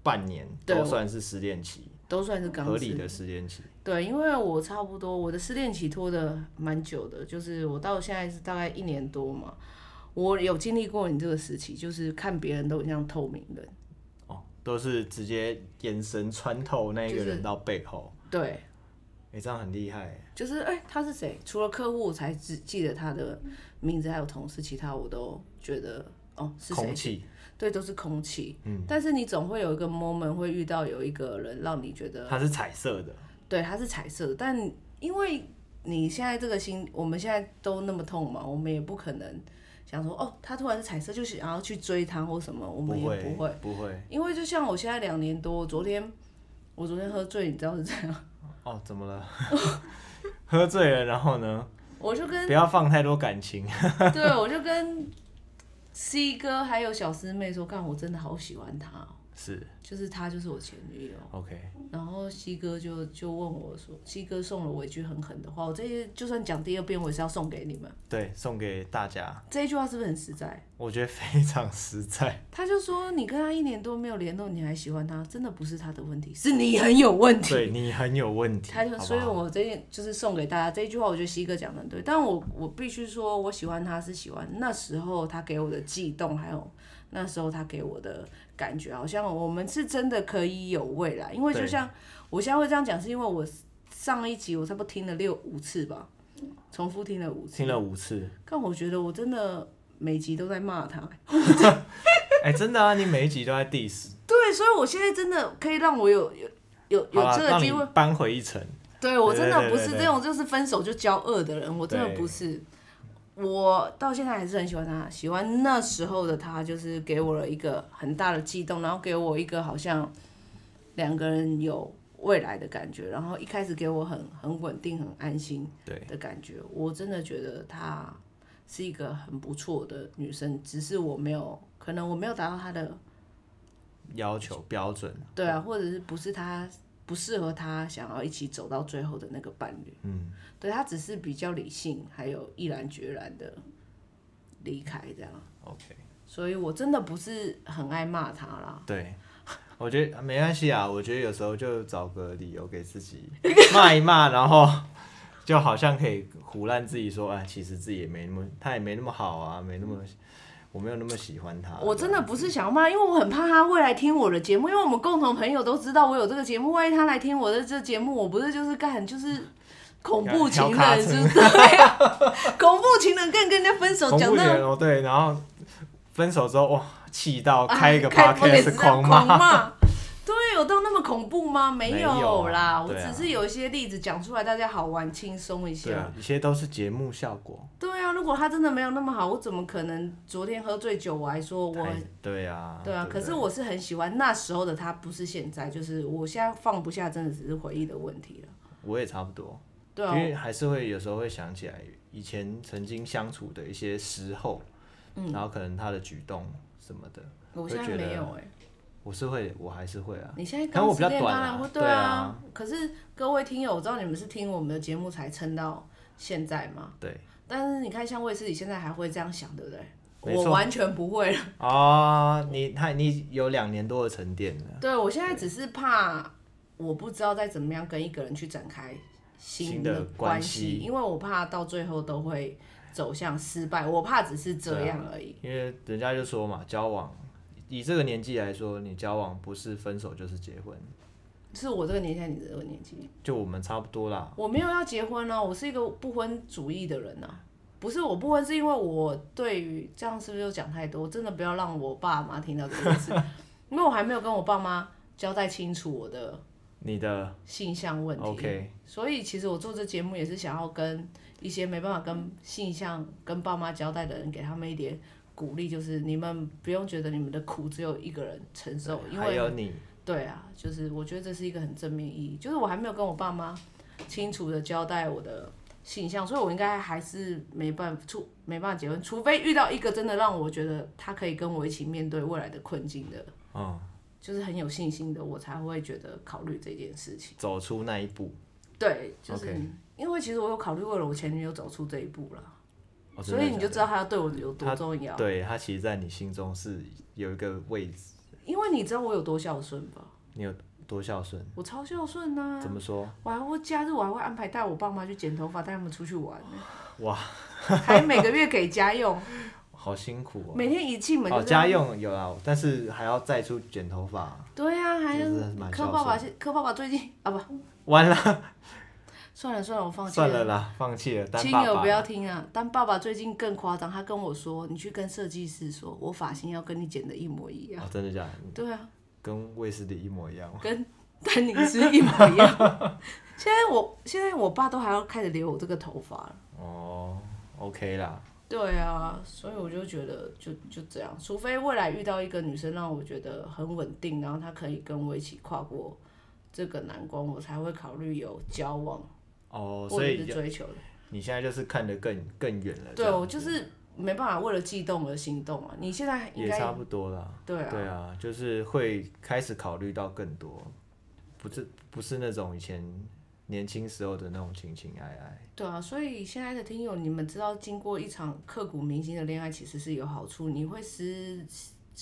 [SPEAKER 1] 半年
[SPEAKER 2] 对
[SPEAKER 1] 都
[SPEAKER 2] 我
[SPEAKER 1] 算是失恋期，
[SPEAKER 2] 都算是刚
[SPEAKER 1] 合
[SPEAKER 2] 失
[SPEAKER 1] 理的失恋期。
[SPEAKER 2] 对，因为我差不多我的失恋期拖的蛮久的，就是我到现在是大概一年多嘛。我有经历过你这个时期，就是看别人都很像透明人，
[SPEAKER 1] 哦，都是直接眼神穿透那
[SPEAKER 2] 就
[SPEAKER 1] 个
[SPEAKER 2] 是
[SPEAKER 1] 人到背后，
[SPEAKER 2] 对，
[SPEAKER 1] 哎、这样很厉害。
[SPEAKER 2] 就是哎、他是谁？除了客户我才只记得他的名字，还有同事，其他我都觉得哦是谁
[SPEAKER 1] 空？气，
[SPEAKER 2] 对，都是空气。嗯，但是你总会有一个 moment 会遇到有一个人让你觉得
[SPEAKER 1] 它是彩色的，
[SPEAKER 2] 对，它是彩色的，但因为你现在这个心，我们现在都那么痛嘛，我们也不可能想说哦，它突然是彩色，就想要去追它或什么，我们也
[SPEAKER 1] 会，
[SPEAKER 2] 不会，
[SPEAKER 1] 不会。
[SPEAKER 2] 因为就像我现在两年多，昨天我昨天喝醉，你知道是这样，
[SPEAKER 1] 哦，怎么了？ 喝醉了，然后呢？
[SPEAKER 2] 我就 跟
[SPEAKER 1] 不要放太多感情。
[SPEAKER 2] 对我就跟 C 哥还有小师妹说，干，我真的好喜欢他哦，
[SPEAKER 1] 是
[SPEAKER 2] 就是他就是我前女友。
[SPEAKER 1] ，OK，
[SPEAKER 2] 然后西哥就就问我说，西哥送了我一句很狠的话，我这些就算讲第二遍，我也是要送给你们。
[SPEAKER 1] 对，送给大家，
[SPEAKER 2] 这一句话是不是很实在？
[SPEAKER 1] 我觉得非常 实在。
[SPEAKER 2] 他就说：“你跟他一年多没有联络，你还喜欢他，真的不是他的问题，是你很有问题。
[SPEAKER 1] 对你很有问”题，
[SPEAKER 2] 他就，
[SPEAKER 1] 好不
[SPEAKER 2] 所以
[SPEAKER 1] 好
[SPEAKER 2] 我这件就是送给大家这一句话，我觉得西哥讲的很对，但我我必须说，我喜欢他是喜欢那时候他给我的悸动，还有那时候他给我的感觉，好像我们是真的可以有未来。因为就
[SPEAKER 1] 对
[SPEAKER 2] 像我现在会这样讲，是因为我上一集我差不多听了六五次吧，重复听了五次
[SPEAKER 1] 听，了五次，
[SPEAKER 2] 但我觉得我真的每集都在骂他、
[SPEAKER 1] 哎、真的啊，你每一集都在 diss，
[SPEAKER 2] 对，所以我现在真的可以让我有有有
[SPEAKER 1] 好
[SPEAKER 2] 有
[SPEAKER 1] 啦
[SPEAKER 2] 这个
[SPEAKER 1] 让
[SPEAKER 2] 机
[SPEAKER 1] 你
[SPEAKER 2] 会。
[SPEAKER 1] 扳回一城。
[SPEAKER 2] 对我真的
[SPEAKER 1] 对对对
[SPEAKER 2] 不
[SPEAKER 1] 对
[SPEAKER 2] 是
[SPEAKER 1] 对
[SPEAKER 2] 这种就是分手就交恶的人，我真的
[SPEAKER 1] 对
[SPEAKER 2] 不是。我到现在还是很喜欢他，喜欢那时候的他，就是给我了一个很大的悸动，然后给我一个好像两个人有未来的感觉，然后一开始给我很很稳定、很安心
[SPEAKER 1] 对，
[SPEAKER 2] 的感觉。我真的觉得她是一个很不错的女生，只是我没有，可能我没有达到她的
[SPEAKER 1] 要求标准，
[SPEAKER 2] 对啊，或者是不是他不适合他想要一起走到最后的那个伴侣，
[SPEAKER 1] 嗯，
[SPEAKER 2] 对他只是比较理性，还有毅然决然的离开这样，
[SPEAKER 1] OK，
[SPEAKER 2] 所以我真的不是很爱骂他啦。
[SPEAKER 1] 对，我觉得没关系啊。我觉得有时候就找个理由给自己骂一骂， 然后就好像可以胡乱自己说，哎，其实自己也没那么，他也没那么好啊，没那么，我没有那么喜欢他。
[SPEAKER 2] 我真的不是想要骂，因为我很怕他会来听我的节目，因为我们共同朋友都知道我有这个节目，万一他来听我的这节目，我不是就是干就是恐怖情
[SPEAKER 1] 要要咔
[SPEAKER 2] 人，
[SPEAKER 1] 嚓
[SPEAKER 2] 就是对啊，恐怖情人更跟人家分手
[SPEAKER 1] 恐
[SPEAKER 2] 讲
[SPEAKER 1] 怖
[SPEAKER 2] 到
[SPEAKER 1] 情人哦，对，然后分手之后哇，气到开一个
[SPEAKER 2] 啊开
[SPEAKER 1] podcast
[SPEAKER 2] podcast
[SPEAKER 1] 狂
[SPEAKER 2] 狂
[SPEAKER 1] 骂，
[SPEAKER 2] 骂。对，有到那么恐怖吗？没
[SPEAKER 1] 没有
[SPEAKER 2] 啦，
[SPEAKER 1] 啊
[SPEAKER 2] 我
[SPEAKER 1] 对啊
[SPEAKER 2] 只是有一些例子讲出来，大家好玩轻松一
[SPEAKER 1] 对
[SPEAKER 2] 下
[SPEAKER 1] 啊。，一切都是节目效果。
[SPEAKER 2] 对啊，如果他真的没有那么好，我怎么可能昨天喝醉酒我还说我？
[SPEAKER 1] 太对啊，
[SPEAKER 2] 对啊，
[SPEAKER 1] 不
[SPEAKER 2] 可是我是很喜欢那时候的他，不是现在，就是我现在放不下，真的只是回忆的问题了。
[SPEAKER 1] 我也差不多，
[SPEAKER 2] 对啊
[SPEAKER 1] 因，为还是会有时候会想起来以前曾经相处的一些时候，
[SPEAKER 2] 嗯
[SPEAKER 1] 然后可能他的举动什么的，
[SPEAKER 2] 我
[SPEAKER 1] 会
[SPEAKER 2] 现在
[SPEAKER 1] 觉得
[SPEAKER 2] 没有哎、
[SPEAKER 1] 我是会，我还是会啊。
[SPEAKER 2] 你现在
[SPEAKER 1] 可能
[SPEAKER 2] 刚
[SPEAKER 1] 我比
[SPEAKER 2] 失
[SPEAKER 1] 较
[SPEAKER 2] 恋，
[SPEAKER 1] 短
[SPEAKER 2] 当
[SPEAKER 1] 啊
[SPEAKER 2] 然会
[SPEAKER 1] 对
[SPEAKER 2] 啊
[SPEAKER 1] 啊。
[SPEAKER 2] 可是各位听友，我知道你们是听我们的节目才撑到现在嘛，
[SPEAKER 1] 对
[SPEAKER 2] 但是你看，像卫斯理现在还会这样想，对不对？
[SPEAKER 1] 没
[SPEAKER 2] 我
[SPEAKER 1] 错
[SPEAKER 2] 完全不会 了。
[SPEAKER 1] 啊，你他你有两年多的沉淀了，
[SPEAKER 2] 对我现在只是怕，我不知道再怎么样跟一个人去展开
[SPEAKER 1] 新
[SPEAKER 2] 的
[SPEAKER 1] 的
[SPEAKER 2] 关
[SPEAKER 1] 关
[SPEAKER 2] 系，
[SPEAKER 1] 系
[SPEAKER 2] 因为我怕到最后都会走向失败。我怕只是这样而已。
[SPEAKER 1] 因为人家就说嘛，交往以这个年纪来说，你交往不是分手就是结婚，
[SPEAKER 2] 是我这个年纪，还是你这个年纪，
[SPEAKER 1] 就我们差不多啦。
[SPEAKER 2] 哦我没有要结婚啊，我是一个不婚主义的人啊，不是我不婚，是因为我对于这样是不是又讲太多？真的不要让我爸妈听到这件事， 因为我还没有跟我爸妈交代清楚我的
[SPEAKER 1] 你的
[SPEAKER 2] 性向问题。
[SPEAKER 1] OK，
[SPEAKER 2] 所以其实我做这节目也是想要跟一些没办法跟性向跟爸妈交代的人，给他们一点鼓励，就是你们不用觉得你们的苦只有一个人承受，因
[SPEAKER 1] 还
[SPEAKER 2] 为
[SPEAKER 1] 有你，
[SPEAKER 2] 对啊，就是我觉得这是一个很正面意义，就是我还没有跟我爸妈清楚的交代我的性向，所以我应该还是没办法除没办法结婚，除非遇到一个真的让我觉得他可以跟我一起面对未来的困境的，
[SPEAKER 1] 嗯，
[SPEAKER 2] 就是很有信心的，我才会觉得考虑这件事情。
[SPEAKER 1] 走出那一步。
[SPEAKER 2] 对，就是、
[SPEAKER 1] OK
[SPEAKER 2] 因为其实我有考虑过了，我前女友走出这一步了，
[SPEAKER 1] 哦真
[SPEAKER 2] 所
[SPEAKER 1] 的
[SPEAKER 2] 以你
[SPEAKER 1] 假
[SPEAKER 2] 就
[SPEAKER 1] 的
[SPEAKER 2] 知道她对我有多
[SPEAKER 1] 她
[SPEAKER 2] 重要，
[SPEAKER 1] 对他其实，在你心中是有一个位置，
[SPEAKER 2] 因为你知道我有多孝顺吧，
[SPEAKER 1] 你有多孝顺？
[SPEAKER 2] 我超孝顺啊呐、
[SPEAKER 1] 怎么说？
[SPEAKER 2] 我还会假日我还会安排带我爸妈去剪头发，带他们出去玩。
[SPEAKER 1] 哇！
[SPEAKER 2] 还每个月给家 用，
[SPEAKER 1] 好辛苦哦。
[SPEAKER 2] 每天一进门就
[SPEAKER 1] 哦，
[SPEAKER 2] 这样
[SPEAKER 1] 家。用有啊，但是还要再出剪头发，
[SPEAKER 2] 对呀、还
[SPEAKER 1] 真
[SPEAKER 2] 有
[SPEAKER 1] 的是蛮
[SPEAKER 2] 柯
[SPEAKER 1] 孝
[SPEAKER 2] 爸爸是，柯爸爸最近啊不，
[SPEAKER 1] 完了，
[SPEAKER 2] 算了算了，我放弃
[SPEAKER 1] 算了啦，放弃了。当
[SPEAKER 2] 亲
[SPEAKER 1] 爸
[SPEAKER 2] 友不
[SPEAKER 1] 爸，
[SPEAKER 2] 要听啊！但爸爸最近更夸张，他跟我说：“你去跟设计师说，我发型要跟你剪的一模一样。
[SPEAKER 1] 哦，真的假的？”
[SPEAKER 2] 对啊，
[SPEAKER 1] 跟卫斯理一模一样。
[SPEAKER 2] 跟丹尼斯一模一样。 现在我现在我爸都还要开始留我这个头发了。
[SPEAKER 1] 哦，OK 啦，
[SPEAKER 2] 对啊，所以我就觉得就就这样，除非未来遇到一个女生让我觉得很稳定，然后她可以跟我一起跨过这个难关，我才会考虑有交往
[SPEAKER 1] 哦，
[SPEAKER 2] 或
[SPEAKER 1] 所
[SPEAKER 2] 者是
[SPEAKER 1] 以
[SPEAKER 2] 追求的。
[SPEAKER 1] 你现在就是看得更更远了。这
[SPEAKER 2] 对，
[SPEAKER 1] 样嗯
[SPEAKER 2] 我就是没办法为了悸动而行动啊！你现在应
[SPEAKER 1] 也
[SPEAKER 2] 该
[SPEAKER 1] 差不多啦。
[SPEAKER 2] 对啊，
[SPEAKER 1] 对啊，就是会开始考虑到更多，不是不是那种以前年轻时候的那种情情爱爱。
[SPEAKER 2] 对啊，所以现在的听友，你们知道，经过一场刻骨铭心的恋爱，其实是有好处，你会思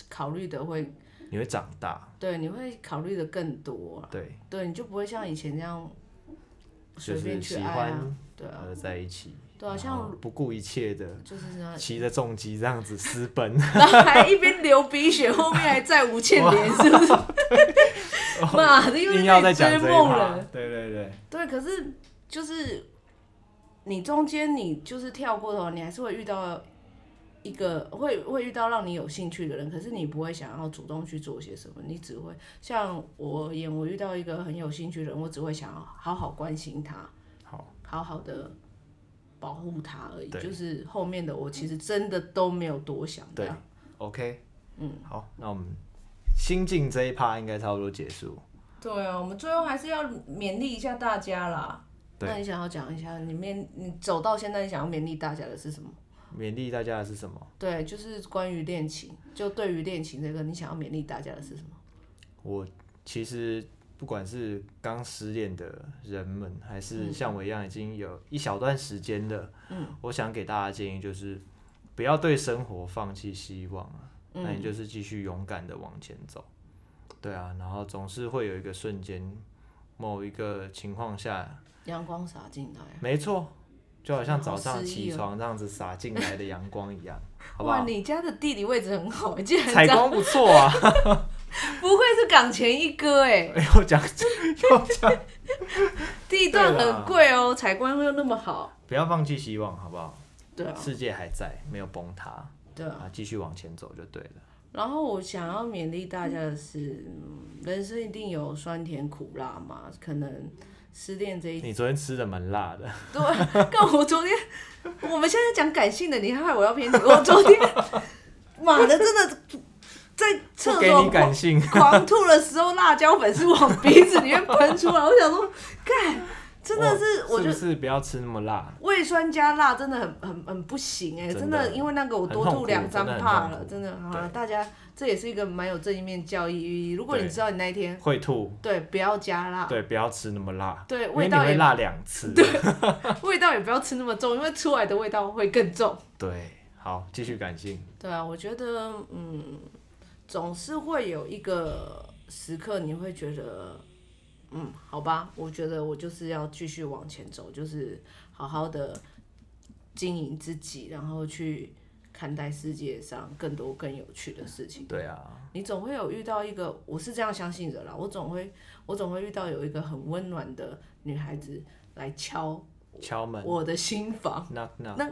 [SPEAKER 2] 考虑的会
[SPEAKER 1] 你会长大，
[SPEAKER 2] 对，你会考虑的更多啊，
[SPEAKER 1] 对，
[SPEAKER 2] 对，你就不会像以前这样
[SPEAKER 1] 就
[SPEAKER 2] 随便
[SPEAKER 1] 是
[SPEAKER 2] 去
[SPEAKER 1] 喜
[SPEAKER 2] 爱
[SPEAKER 1] 欢
[SPEAKER 2] 啊，对啊。
[SPEAKER 1] 而在一起，
[SPEAKER 2] 对啊
[SPEAKER 1] 然
[SPEAKER 2] 像呃
[SPEAKER 1] 后不顾一切的
[SPEAKER 2] 就是 这样，
[SPEAKER 1] 骑着重机这 样子私奔，
[SPEAKER 2] 然后还一边流鼻血，后面还再无欠连，是不 是？妈的，因为
[SPEAKER 1] 硬要再讲
[SPEAKER 2] 追
[SPEAKER 1] 这一
[SPEAKER 2] 梦
[SPEAKER 1] 趴
[SPEAKER 2] 了。。
[SPEAKER 1] 对对对，
[SPEAKER 2] 对，可是就是你中间你就是跳过头，你还是会遇到一个会会遇到让你有兴趣的人，可是你不会想要主动去做些什么，你只会像我而言，我遇到一个很有兴趣的人，我只会想要好好关心他，
[SPEAKER 1] 好，
[SPEAKER 2] 好好的。保护他而已，
[SPEAKER 1] 对
[SPEAKER 2] 就是后面的我其实真的都没有多想这
[SPEAKER 1] 对
[SPEAKER 2] 样
[SPEAKER 1] ，OK，嗯，好，那我们心境这一趴应该差不多结束。
[SPEAKER 2] 对啊，我们最后还是要勉励一下大家啦。
[SPEAKER 1] 对
[SPEAKER 2] 那你想要讲一下，你面你走到现在，你想要勉励大家的是什么？
[SPEAKER 1] 勉励大家的是什么？
[SPEAKER 2] 对，就是关于恋情，就对于恋情这个，你想要勉励大家的是什么？
[SPEAKER 1] 我其实不管是刚失恋的人们，还是
[SPEAKER 2] 嗯
[SPEAKER 1] 像我一样已经有一小段时间的，嗯，我想给大家建议就是，不要对生活放弃希望啊，
[SPEAKER 2] 嗯
[SPEAKER 1] 那你就是继续勇敢的往前走。对啊，然后总是会有一个瞬间，某一个情况下，
[SPEAKER 2] 阳光洒进来，
[SPEAKER 1] 没错，就好像早
[SPEAKER 2] 好
[SPEAKER 1] 上
[SPEAKER 2] 诗意
[SPEAKER 1] 起
[SPEAKER 2] 哦
[SPEAKER 1] 床这样子洒进来的阳 光一样，好不
[SPEAKER 2] 哇，
[SPEAKER 1] 好？
[SPEAKER 2] 你家的地理位置很好，欸竟然
[SPEAKER 1] 采
[SPEAKER 2] 这样，
[SPEAKER 1] 光不错啊。
[SPEAKER 2] 不愧是港前一哥哎，
[SPEAKER 1] 哎，我讲
[SPEAKER 2] 地段
[SPEAKER 1] 对啊啦
[SPEAKER 2] 很贵哦，采光又那么好，
[SPEAKER 1] 不要放弃希望，好不好？
[SPEAKER 2] 对啊，
[SPEAKER 1] 世界还在，没有崩塌。
[SPEAKER 2] 对啊。
[SPEAKER 1] 啊，继续往前走就对了。
[SPEAKER 2] 然后我想要勉励大家的是，嗯人生一定有酸甜苦辣嘛，可能失恋这一
[SPEAKER 1] 你昨天吃的蛮辣的，
[SPEAKER 2] 对，但我昨天，我们现在讲感性的，你还害我要偏题。我昨天， 妈的，真的在厕
[SPEAKER 1] 不给你
[SPEAKER 2] 所
[SPEAKER 1] 感
[SPEAKER 2] 狂
[SPEAKER 1] 性。
[SPEAKER 2] 狂吐的时候，辣椒粉是往鼻子里面喷出来。 我想说，干，真的是，
[SPEAKER 1] 哇
[SPEAKER 2] 我
[SPEAKER 1] 是
[SPEAKER 2] 就
[SPEAKER 1] 不是不要吃那么辣？
[SPEAKER 2] 胃酸加辣，真的很很很不行哎、
[SPEAKER 1] 真的
[SPEAKER 2] 真的，因为那个我多
[SPEAKER 1] 很痛
[SPEAKER 2] 吐
[SPEAKER 1] 苦
[SPEAKER 2] 两张
[SPEAKER 1] 真的很
[SPEAKER 2] 怕
[SPEAKER 1] 痛
[SPEAKER 2] 了，
[SPEAKER 1] 苦
[SPEAKER 2] 真的。好了，
[SPEAKER 1] 对
[SPEAKER 2] 大家这也是一个蛮有正面教育意义。如果你
[SPEAKER 1] 对
[SPEAKER 2] 知道你那一天
[SPEAKER 1] 会吐，
[SPEAKER 2] 对不要加辣，
[SPEAKER 1] 对，不要吃那么辣，
[SPEAKER 2] 对
[SPEAKER 1] 因
[SPEAKER 2] 味
[SPEAKER 1] 为你
[SPEAKER 2] 道
[SPEAKER 1] 会
[SPEAKER 2] 也
[SPEAKER 1] 辣两次。
[SPEAKER 2] 味道也不要吃那么重，因为出来的味道会更重。
[SPEAKER 1] 对，好，继续感性。
[SPEAKER 2] 对啊，我觉得，嗯，总是会有一个时刻，你会觉得，嗯，好吧，我觉得我就是要继续往前走，就是好好的经营自己，然后去看待世界上更多更有趣的事情。
[SPEAKER 1] 对啊，
[SPEAKER 2] 你总会有遇到一个，我是这样相信的啦，我总会，我总会遇到有一个很温暖的女孩子来敲
[SPEAKER 1] 敲门
[SPEAKER 2] 我的心房，
[SPEAKER 1] ，knock knock，
[SPEAKER 2] 那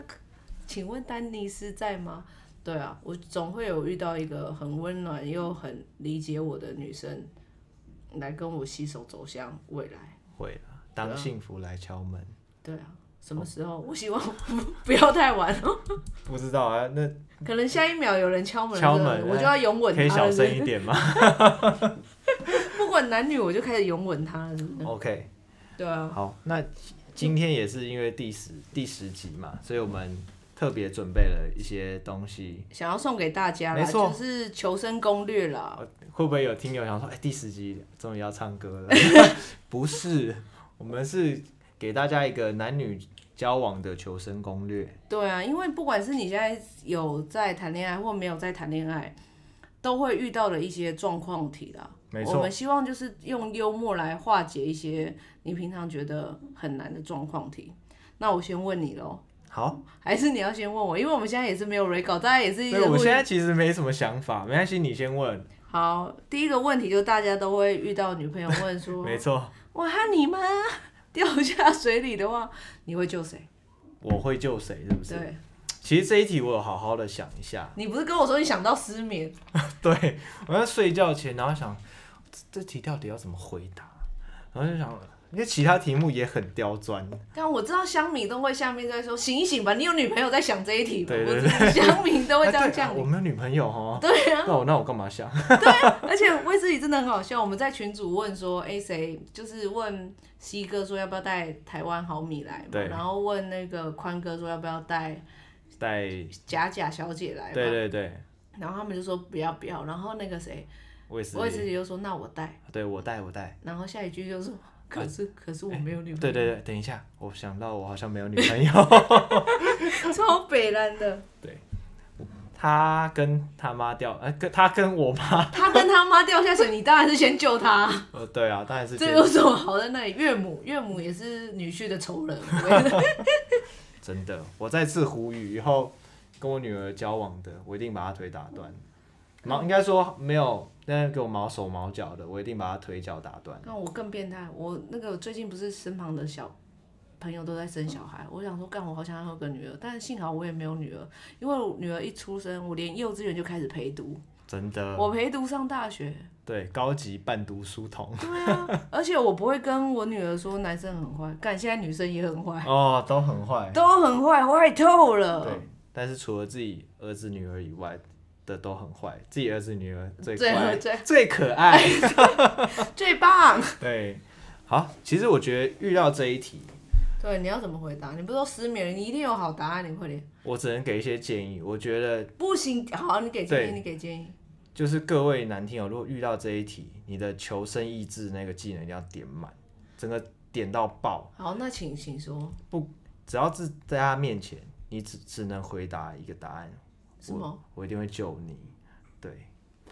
[SPEAKER 2] 请问丹尼斯在吗？”对啊，我总会有遇到一个很温暖又很理解我的女生，来跟我携手走向未来。
[SPEAKER 1] 会啦，当幸福来敲门，
[SPEAKER 2] 对啊，什么时候？
[SPEAKER 1] 哦
[SPEAKER 2] 我希望 不要太晚，
[SPEAKER 1] 不知道啊，那
[SPEAKER 2] 可能下一秒有人敲门，
[SPEAKER 1] 敲门
[SPEAKER 2] 我就要拥吻
[SPEAKER 1] 可以
[SPEAKER 2] 他
[SPEAKER 1] 小
[SPEAKER 2] 了，是不
[SPEAKER 1] 声
[SPEAKER 2] 是
[SPEAKER 1] 一点 吗
[SPEAKER 2] 不管男女，我就开始拥吻他了，是不是？
[SPEAKER 1] ？OK，
[SPEAKER 2] 对啊，
[SPEAKER 1] 好，那今天也是因为第十第十集嘛，所以我们特别准备了一些东西。
[SPEAKER 2] 想要送给大家
[SPEAKER 1] 没
[SPEAKER 2] 啦，
[SPEAKER 1] 错
[SPEAKER 2] 就是求生攻略啦。
[SPEAKER 1] 会不会有听友想说，哎、第十集终于要唱 歌了？不是，我们是给大家一个男女交往的求生攻略。
[SPEAKER 2] 对啊，因为不管是你现在有在谈恋爱或没有在谈恋爱，都会遇到的一些状况题啦。
[SPEAKER 1] 没
[SPEAKER 2] 我
[SPEAKER 1] 错
[SPEAKER 2] 们，希望就是用幽默来化解一些你平常觉得很难的状况题。那我先问你喽，
[SPEAKER 1] 好，
[SPEAKER 2] 还是你要先问我？因为我们现在也是没有 re 稿，大家也是一
[SPEAKER 1] 对
[SPEAKER 2] 个互
[SPEAKER 1] 我现在其实没什么想法，没关系，你先问。
[SPEAKER 2] 好。第一个问题就是大家都会遇到女朋友问说
[SPEAKER 1] 没错，：“
[SPEAKER 2] 我和你妈 掉下水里的话，你会救谁
[SPEAKER 1] 我会救谁，是不？”是？
[SPEAKER 2] 对，
[SPEAKER 1] 其实这一题我有好好的想一下，
[SPEAKER 2] 你不是跟我说你想到失眠？
[SPEAKER 1] 对我在睡觉前，然后想这这题到底要怎么回答，然后就想，因为其他题目也很刁钻，
[SPEAKER 2] 但我知道乡民都会下面在说醒一醒吧，你有女朋友在想这一题吗？
[SPEAKER 1] 对
[SPEAKER 2] 我
[SPEAKER 1] 对
[SPEAKER 2] 知 道乡民都会这样
[SPEAKER 1] 啊对啊啊
[SPEAKER 2] 讲你。
[SPEAKER 1] 我没有女朋友哦，
[SPEAKER 2] 对啊，
[SPEAKER 1] 那我那我干嘛想？
[SPEAKER 2] 而且卫斯理真的很好笑。我们在群组问说，哎、谁就是问西哥说要不要带台湾毫米来嘛
[SPEAKER 1] 对，
[SPEAKER 2] 然后问那个宽哥说要不要带
[SPEAKER 1] 带，
[SPEAKER 2] 假假小姐来嘛，
[SPEAKER 1] 对对对，
[SPEAKER 2] 然后他们就说不要不要，然后那个谁
[SPEAKER 1] 我也是，
[SPEAKER 2] 卫斯理就说那我带，
[SPEAKER 1] 对我带我带，
[SPEAKER 2] 然后下一句就说可是、可是我没有女朋
[SPEAKER 1] 对
[SPEAKER 2] 友，
[SPEAKER 1] 对对，等一下，我想到我好像没有女朋友，
[SPEAKER 2] 超北蓝的，
[SPEAKER 1] 他跟他妈掉，哎、跟他跟我妈，
[SPEAKER 2] 他跟他妈掉下水，你当然是先救他。
[SPEAKER 1] 呃，对啊，当然是
[SPEAKER 2] 这
[SPEAKER 1] 觉
[SPEAKER 2] 有
[SPEAKER 1] 得
[SPEAKER 2] 什么好在那里？岳母，岳母也是女婿的仇人。我觉 得
[SPEAKER 1] 真的，我再次呼吁，以后跟我女儿交往的，我一定把她腿打断。毛应该说没有，但是给我毛手毛脚的，我一定把她腿脚打断。
[SPEAKER 2] 那我更变态，我那个最近不是身旁的小朋友都在生小孩，我想说，干，我好想要有个女儿，但是幸好我也没有女儿，因为我女儿一出生，我连幼稚园就开始陪读，
[SPEAKER 1] 真的，
[SPEAKER 2] 我陪读上大学，
[SPEAKER 1] 对，高级伴读书 童
[SPEAKER 2] 而且我不会跟我女儿说男生很坏，干，现在女生也很坏，
[SPEAKER 1] 哦，都很坏。
[SPEAKER 2] 都很坏，坏透
[SPEAKER 1] 对
[SPEAKER 2] 了。，
[SPEAKER 1] 但是除了自己儿子女儿以外的都很坏，自己儿子女儿最
[SPEAKER 2] 最
[SPEAKER 1] 乖
[SPEAKER 2] 最
[SPEAKER 1] 最可爱。
[SPEAKER 2] 最棒！
[SPEAKER 1] 对，好，其实我觉得遇到这一题，
[SPEAKER 2] 对，你要怎么回答？你不是都失眠了？你一定有好答案，你快点！
[SPEAKER 1] 我只能给一些建议。我觉得
[SPEAKER 2] 不行，好，你给建
[SPEAKER 1] 对
[SPEAKER 2] 议，你给建议。
[SPEAKER 1] 就是各位男听友，哦如果遇到这一题，你的求生意志那个技能一定要点满，整个点到爆。
[SPEAKER 2] 好，那请请说
[SPEAKER 1] 只要是在他面前，你只只能回答一个答案，
[SPEAKER 2] 什么？
[SPEAKER 1] 我一定会救你。对，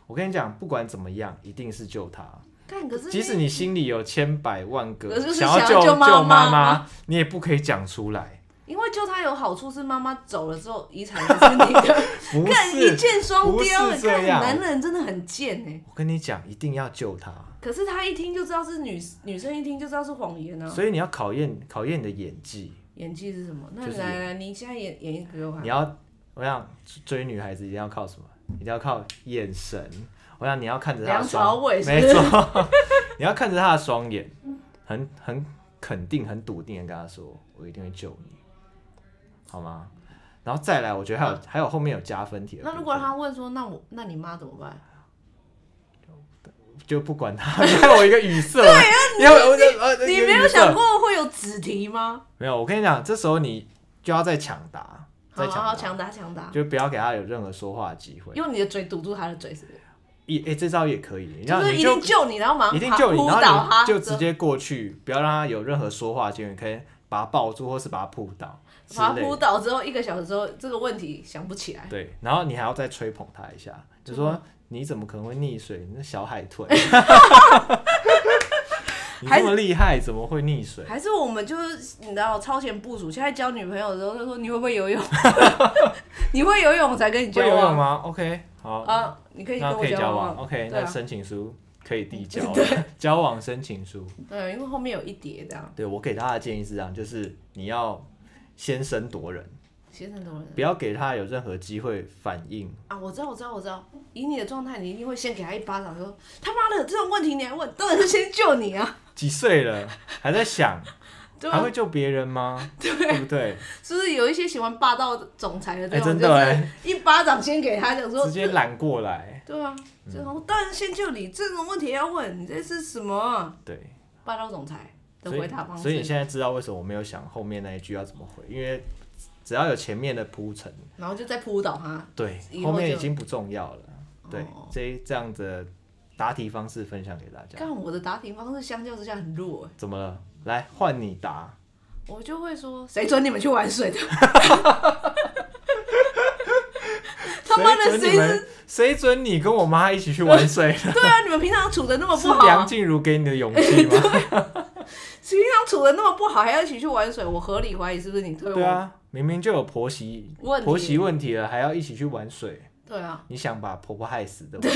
[SPEAKER 1] 我跟你讲，不管怎么样，一定是救他。
[SPEAKER 2] 但可是
[SPEAKER 1] 即使
[SPEAKER 2] 那
[SPEAKER 1] 你心里有千百万个
[SPEAKER 2] 可是是
[SPEAKER 1] 要
[SPEAKER 2] 想
[SPEAKER 1] 救
[SPEAKER 2] 要救妈
[SPEAKER 1] 妈
[SPEAKER 2] 妈
[SPEAKER 1] 你也不可以讲出来。
[SPEAKER 2] 因为就他有好处是妈妈走了之后遗产还是你的，
[SPEAKER 1] 不
[SPEAKER 2] 看一
[SPEAKER 1] 是，
[SPEAKER 2] 箭双
[SPEAKER 1] 不
[SPEAKER 2] 雕
[SPEAKER 1] 是，这
[SPEAKER 2] 看
[SPEAKER 1] 样
[SPEAKER 2] 男人真的很贱哎、
[SPEAKER 1] 我跟你讲，一定要救他。
[SPEAKER 2] 可是他一听就知道是女女生，一听就知道是谎言啊。
[SPEAKER 1] 所以你要考验考验你的演技，
[SPEAKER 2] 演技是什么？那
[SPEAKER 1] 就
[SPEAKER 2] 你
[SPEAKER 1] 是
[SPEAKER 2] 来来，你现在演演一个给我看
[SPEAKER 1] 你。要，我想追女孩子一定要靠什么？一定要靠眼神。我想你要看着她
[SPEAKER 2] 梁
[SPEAKER 1] 的
[SPEAKER 2] 朝
[SPEAKER 1] 双，
[SPEAKER 2] 伟是
[SPEAKER 1] 没
[SPEAKER 2] 不是？
[SPEAKER 1] 错， 你要看着她的双眼，很很肯定、很笃定的跟她说：“我一定会救你，好吗？”然后再来，我觉得还有、还有后面有加分题的部分。
[SPEAKER 2] 那如果他问说，那我那你妈怎么办？
[SPEAKER 1] 就不管他，你看我一个语塞，对啊，因为我就呃
[SPEAKER 2] 你
[SPEAKER 1] 有
[SPEAKER 2] 没有
[SPEAKER 1] 语塞
[SPEAKER 2] 想过会有子题吗？
[SPEAKER 1] 没有，我跟你讲，这时候你就要再抢答，
[SPEAKER 2] 好
[SPEAKER 1] 再
[SPEAKER 2] 好好，
[SPEAKER 1] 抢
[SPEAKER 2] 强打强打
[SPEAKER 1] 答，，就不要给他有任何说话的机会。
[SPEAKER 2] 用你的嘴堵住他的嘴是不是？
[SPEAKER 1] 一哎，这招也可以，然
[SPEAKER 2] 就
[SPEAKER 1] 后
[SPEAKER 2] 是
[SPEAKER 1] 你
[SPEAKER 2] 一
[SPEAKER 1] 就
[SPEAKER 2] 定救你，然后马上
[SPEAKER 1] 一定救你，
[SPEAKER 2] 扑
[SPEAKER 1] 然
[SPEAKER 2] 倒
[SPEAKER 1] 后
[SPEAKER 2] 啊他，
[SPEAKER 1] 你就直接过去，不要让他有任何说话的机会，你可以把他抱住或是把他扑倒之
[SPEAKER 2] 把他
[SPEAKER 1] 类
[SPEAKER 2] 扑
[SPEAKER 1] 的。
[SPEAKER 2] 倒之后，一个小时之后，这个问题想不起来。
[SPEAKER 1] 对，然后你还要再吹捧他一下，就
[SPEAKER 2] 嗯
[SPEAKER 1] 说你怎么可能会溺水？你那小海 豚， 你这么厉害，怎么会溺水？
[SPEAKER 2] 还是我们就是你知道超前部署，现在交女朋友的时候就说你会不会游 泳，你会游泳我才跟你交
[SPEAKER 1] 会游泳
[SPEAKER 2] 往
[SPEAKER 1] 吗？OK，好，
[SPEAKER 2] 啊，你可以跟
[SPEAKER 1] 那
[SPEAKER 2] 我
[SPEAKER 1] 可以
[SPEAKER 2] 交
[SPEAKER 1] 交
[SPEAKER 2] 往
[SPEAKER 1] 往
[SPEAKER 2] 吗。
[SPEAKER 1] ，OK，
[SPEAKER 2] 对
[SPEAKER 1] 那
[SPEAKER 2] 啊
[SPEAKER 1] 申请书可以递交了， 交往申请书。
[SPEAKER 2] 对，啊因为后面有一叠这样，
[SPEAKER 1] 对我给大家的建议是这样，就是你要先声夺人，
[SPEAKER 2] 先成多人
[SPEAKER 1] 不要给他有任何机会反应。
[SPEAKER 2] 啊，我知道，我知道，我知道。以你的状态，你一定会先给他一巴掌，说他妈的这种问题你还问， 当然是先救你啊，
[SPEAKER 1] 几岁了还在想，
[SPEAKER 2] 对啊
[SPEAKER 1] 还
[SPEAKER 2] 吧？
[SPEAKER 1] 会救别人吗？对不对？
[SPEAKER 2] 是不是有一些喜欢霸道总裁的这
[SPEAKER 1] 哎，
[SPEAKER 2] 种，
[SPEAKER 1] 真的
[SPEAKER 2] 就是
[SPEAKER 1] 哎，
[SPEAKER 2] 一巴掌先给他讲说
[SPEAKER 1] 直接揽过来，
[SPEAKER 2] 对啊，
[SPEAKER 1] 嗯
[SPEAKER 2] 这种当然先救你，这种问题要问你这是什么
[SPEAKER 1] 对。
[SPEAKER 2] 霸道总裁的
[SPEAKER 1] 所以
[SPEAKER 2] 回答方式？
[SPEAKER 1] 所以你现在知道为什么我没有想后面那一句要怎么回，因为只要有前面的铺陈，
[SPEAKER 2] 然后就再扑倒他。
[SPEAKER 1] 对，
[SPEAKER 2] 以后
[SPEAKER 1] 后面已
[SPEAKER 2] 就
[SPEAKER 1] 经不重要了。对
[SPEAKER 2] 哦，
[SPEAKER 1] 这一这样的答题方式分享给大家。
[SPEAKER 2] 看我的答题方式相较之下很弱欸，
[SPEAKER 1] 怎么了？来换你答，
[SPEAKER 2] 我就会说谁准你们去玩水的？ 他妈的
[SPEAKER 1] 谁准
[SPEAKER 2] 谁
[SPEAKER 1] 你
[SPEAKER 2] 是？
[SPEAKER 1] 们？谁准你跟我妈一起去玩水？
[SPEAKER 2] 对啊，你们平常处的那么
[SPEAKER 1] 是
[SPEAKER 2] 不好
[SPEAKER 1] 梁
[SPEAKER 2] 啊，
[SPEAKER 1] 静茹给你的勇气 吗？
[SPEAKER 2] 平常处的那么不好，还要一起去玩水，我合理怀疑是不是你推我？
[SPEAKER 1] 对啊，明明就有婆媳
[SPEAKER 2] 问题
[SPEAKER 1] 婆媳问题了，还要一起去玩水，
[SPEAKER 2] 对啊，
[SPEAKER 1] 你想把婆婆害死对不对？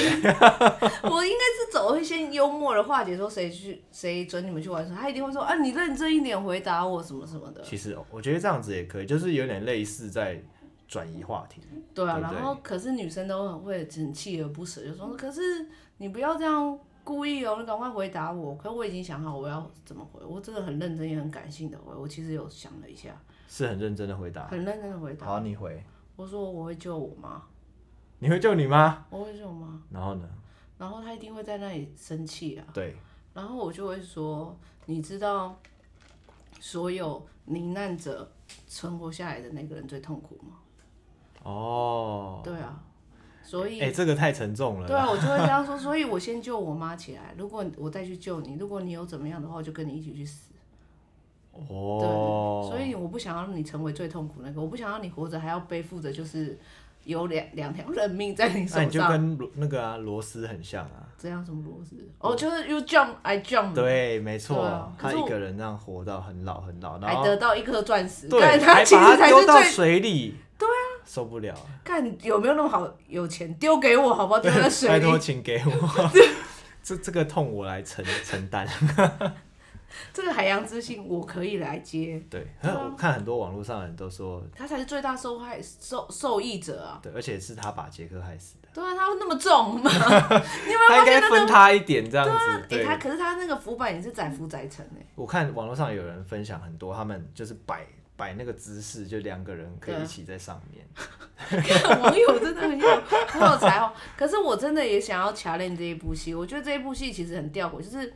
[SPEAKER 2] 我应该是走会先幽默的化解，说谁去谁准你们去玩水，他一定会说啊，你认真一点回答我什么什么的。
[SPEAKER 1] 其实哦我觉得这样子也可以，就是有点类似在转移话题。
[SPEAKER 2] 对啊，
[SPEAKER 1] 对不对
[SPEAKER 2] 然后可是女生都很会很锲而不舍，就说可是你不要这样故意哦，你赶快回答我。可我已经想好我要怎么回，我真的很认真也很感性的回。我其实有想了一 下，
[SPEAKER 1] 是很认真的回答。
[SPEAKER 2] 很认真的回答。
[SPEAKER 1] 啊好，你回，
[SPEAKER 2] 我说我会救我妈，
[SPEAKER 1] 你会救你吗？
[SPEAKER 2] 我会救我妈，
[SPEAKER 1] 然后呢？
[SPEAKER 2] 然后她一定会在那里生气啊。
[SPEAKER 1] 对，
[SPEAKER 2] 然后我就会说，你知道所有罹难者存活下来的那个人最痛苦吗？
[SPEAKER 1] 哦，
[SPEAKER 2] 对啊，所以
[SPEAKER 1] 哎、这个太沉重了
[SPEAKER 2] 对
[SPEAKER 1] 啦。
[SPEAKER 2] 啊，我就会这样说，所以我先救我妈起来。如果我再去救你，如果你有怎么样的话，我就跟你一起去死。
[SPEAKER 1] 哦，
[SPEAKER 2] 所以我不想要你成为最痛苦那个，我不想要你活着还要背负着就是有两两条人命在你手
[SPEAKER 1] 哎那你就
[SPEAKER 2] 上。
[SPEAKER 1] 跟罗那个啊罗斯很像啊。
[SPEAKER 2] 这样什么逻辑？哦，就是 you jump I jump，
[SPEAKER 1] 对，没
[SPEAKER 2] 嗯
[SPEAKER 1] 错，
[SPEAKER 2] 对啊可
[SPEAKER 1] 他
[SPEAKER 2] 是我
[SPEAKER 1] 一个人这样活到很老很老，然
[SPEAKER 2] 还
[SPEAKER 1] 后
[SPEAKER 2] 得到一颗钻石。
[SPEAKER 1] 对，
[SPEAKER 2] 干
[SPEAKER 1] 还
[SPEAKER 2] 其实
[SPEAKER 1] 把
[SPEAKER 2] 才
[SPEAKER 1] 丢
[SPEAKER 2] 是
[SPEAKER 1] 到
[SPEAKER 2] 最
[SPEAKER 1] 水里。对啊，受不了。
[SPEAKER 2] 看有没有那么好有钱，丢给我好不好？丢在水
[SPEAKER 1] 拜
[SPEAKER 2] 里
[SPEAKER 1] 托，，请给 我。 这这个痛我来承承担。
[SPEAKER 2] 这个海洋之心我可以来接，
[SPEAKER 1] 对，
[SPEAKER 2] 对啊
[SPEAKER 1] 我看很多网络上的人都说，
[SPEAKER 2] 他才是最大受害受受益者啊！
[SPEAKER 1] 对，而且是他把杰克害死的，
[SPEAKER 2] 对啊，他那么重嘛，你有没有发
[SPEAKER 1] 他
[SPEAKER 2] 现
[SPEAKER 1] 应该
[SPEAKER 2] 那
[SPEAKER 1] 分
[SPEAKER 2] 个？
[SPEAKER 1] 他一点这 样子。
[SPEAKER 2] 哎、
[SPEAKER 1] 嗯对，
[SPEAKER 2] 他可是他那个浮板也是载浮载沉哎、
[SPEAKER 1] 我看网络上有人分享很多，他们就是摆摆那个姿势，就两个人可
[SPEAKER 2] 对啊
[SPEAKER 1] 以一起在上 面。
[SPEAKER 2] 网友真的很有很有才华。 可是我真的也想要掐练这一部戏，我觉得这一部戏其实很吊诡，就是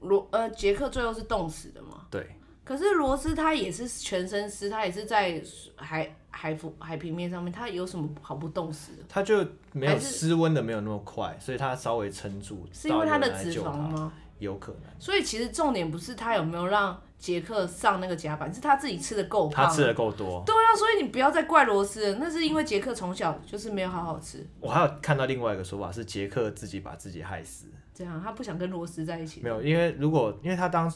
[SPEAKER 2] 罗呃杰克最后是冻死的嘛，
[SPEAKER 1] 对，
[SPEAKER 2] 可是罗斯他也是全身湿，他也是在海海浮海平面上面，他有什么好不冻死的？
[SPEAKER 1] 他就没
[SPEAKER 2] 还
[SPEAKER 1] 有
[SPEAKER 2] 是
[SPEAKER 1] 失温的没有那么快，所以他稍微撑住，
[SPEAKER 2] 是因为他的
[SPEAKER 1] 到有人来
[SPEAKER 2] 脂
[SPEAKER 1] 救
[SPEAKER 2] 肪
[SPEAKER 1] 他？
[SPEAKER 2] 吗？
[SPEAKER 1] 有可能，
[SPEAKER 2] 所以其实重点不是他有没有让杰克上那个甲板，是他自己吃的够胖
[SPEAKER 1] 他
[SPEAKER 2] 啊。
[SPEAKER 1] 吃的够多。
[SPEAKER 2] 对啊，所以你不要再怪罗斯了，那是因为杰克从小就是没有好好吃，
[SPEAKER 1] 我还有看到另外一个说法是杰克自己把自己害死，
[SPEAKER 2] 这样他不想跟罗斯在一起。
[SPEAKER 1] 没有，因为如果因为他当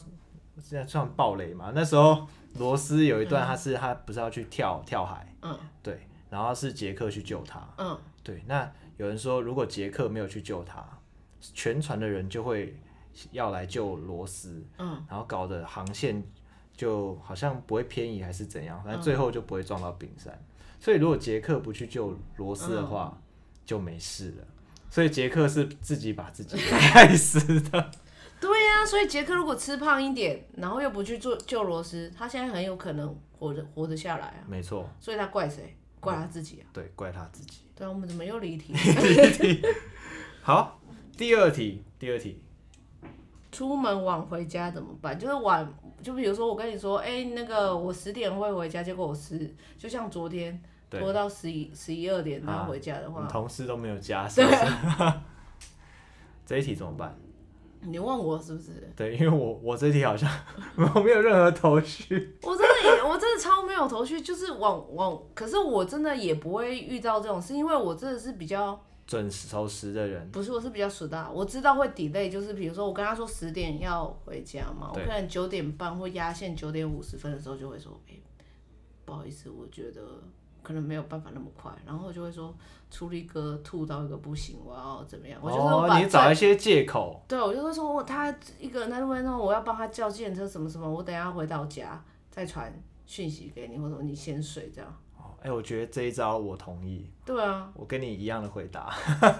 [SPEAKER 1] 这样算暴雷嘛，那时候罗斯有一段他是、他不是要去跳跳海，
[SPEAKER 2] 嗯
[SPEAKER 1] 对，然后是杰克去救他，
[SPEAKER 2] 嗯，
[SPEAKER 1] 对，那有人说，如果杰克没有去救他，全船的人就会要来救罗斯，
[SPEAKER 2] 嗯，
[SPEAKER 1] 然后搞得航线就好像不会偏移还是怎样，反
[SPEAKER 2] 嗯
[SPEAKER 1] 正最后就不会撞到冰山。所以如果杰克不去救罗斯的话，
[SPEAKER 2] 嗯
[SPEAKER 1] 就没事了。所以杰克是自己把自己害死的，
[SPEAKER 2] 对呀、所以杰克如果吃胖一点，然后又不去做救罗斯，他现在很有可能活着活得下来啊。
[SPEAKER 1] 没错，
[SPEAKER 2] 所以他怪谁？怪他自己啊。
[SPEAKER 1] 对，怪他自己。
[SPEAKER 2] 对啊，我们怎么又离题？
[SPEAKER 1] 好，第二题，第二题，
[SPEAKER 2] 出门晚回家怎么办？就是晚，就比如说我跟你说，哎、那个我十点会回家，结果我十，就像昨天
[SPEAKER 1] 对
[SPEAKER 2] 拖到十一十一二点，然后回家的
[SPEAKER 1] 我
[SPEAKER 2] 话，
[SPEAKER 1] 们同事都没有加上，是不是 这一题怎么办？
[SPEAKER 2] 你问我是不是？
[SPEAKER 1] 对，因为我我这题好像我没有任何头绪。
[SPEAKER 2] 我真的也，我真的超没有头绪，就是往往，可是我真的也不会遇到这种事，因为我真的是比较，
[SPEAKER 1] 准时守时的人，
[SPEAKER 2] 不是我是比较熟的，我知道会 delay，就是比如说我跟他说十点要回家嘛，我
[SPEAKER 1] 对
[SPEAKER 2] 可能九点半或压线九点五十分的时候就会说，哎、不好意思，我觉得可能没有办法那么快，然后我就会说，出力哥吐到一个不行，我要怎么样？我就是我
[SPEAKER 1] 哦，
[SPEAKER 2] 把
[SPEAKER 1] 你
[SPEAKER 2] 最
[SPEAKER 1] 找一些借口，
[SPEAKER 2] 对，我就会说，我他一个人在路边弄，我要帮他叫 计程车什么什么，我等一下回到家再传讯息给你，或者你先睡这样。
[SPEAKER 1] 哎、我觉得这一招我同意，
[SPEAKER 2] 对啊，
[SPEAKER 1] 我跟你一样的回 答，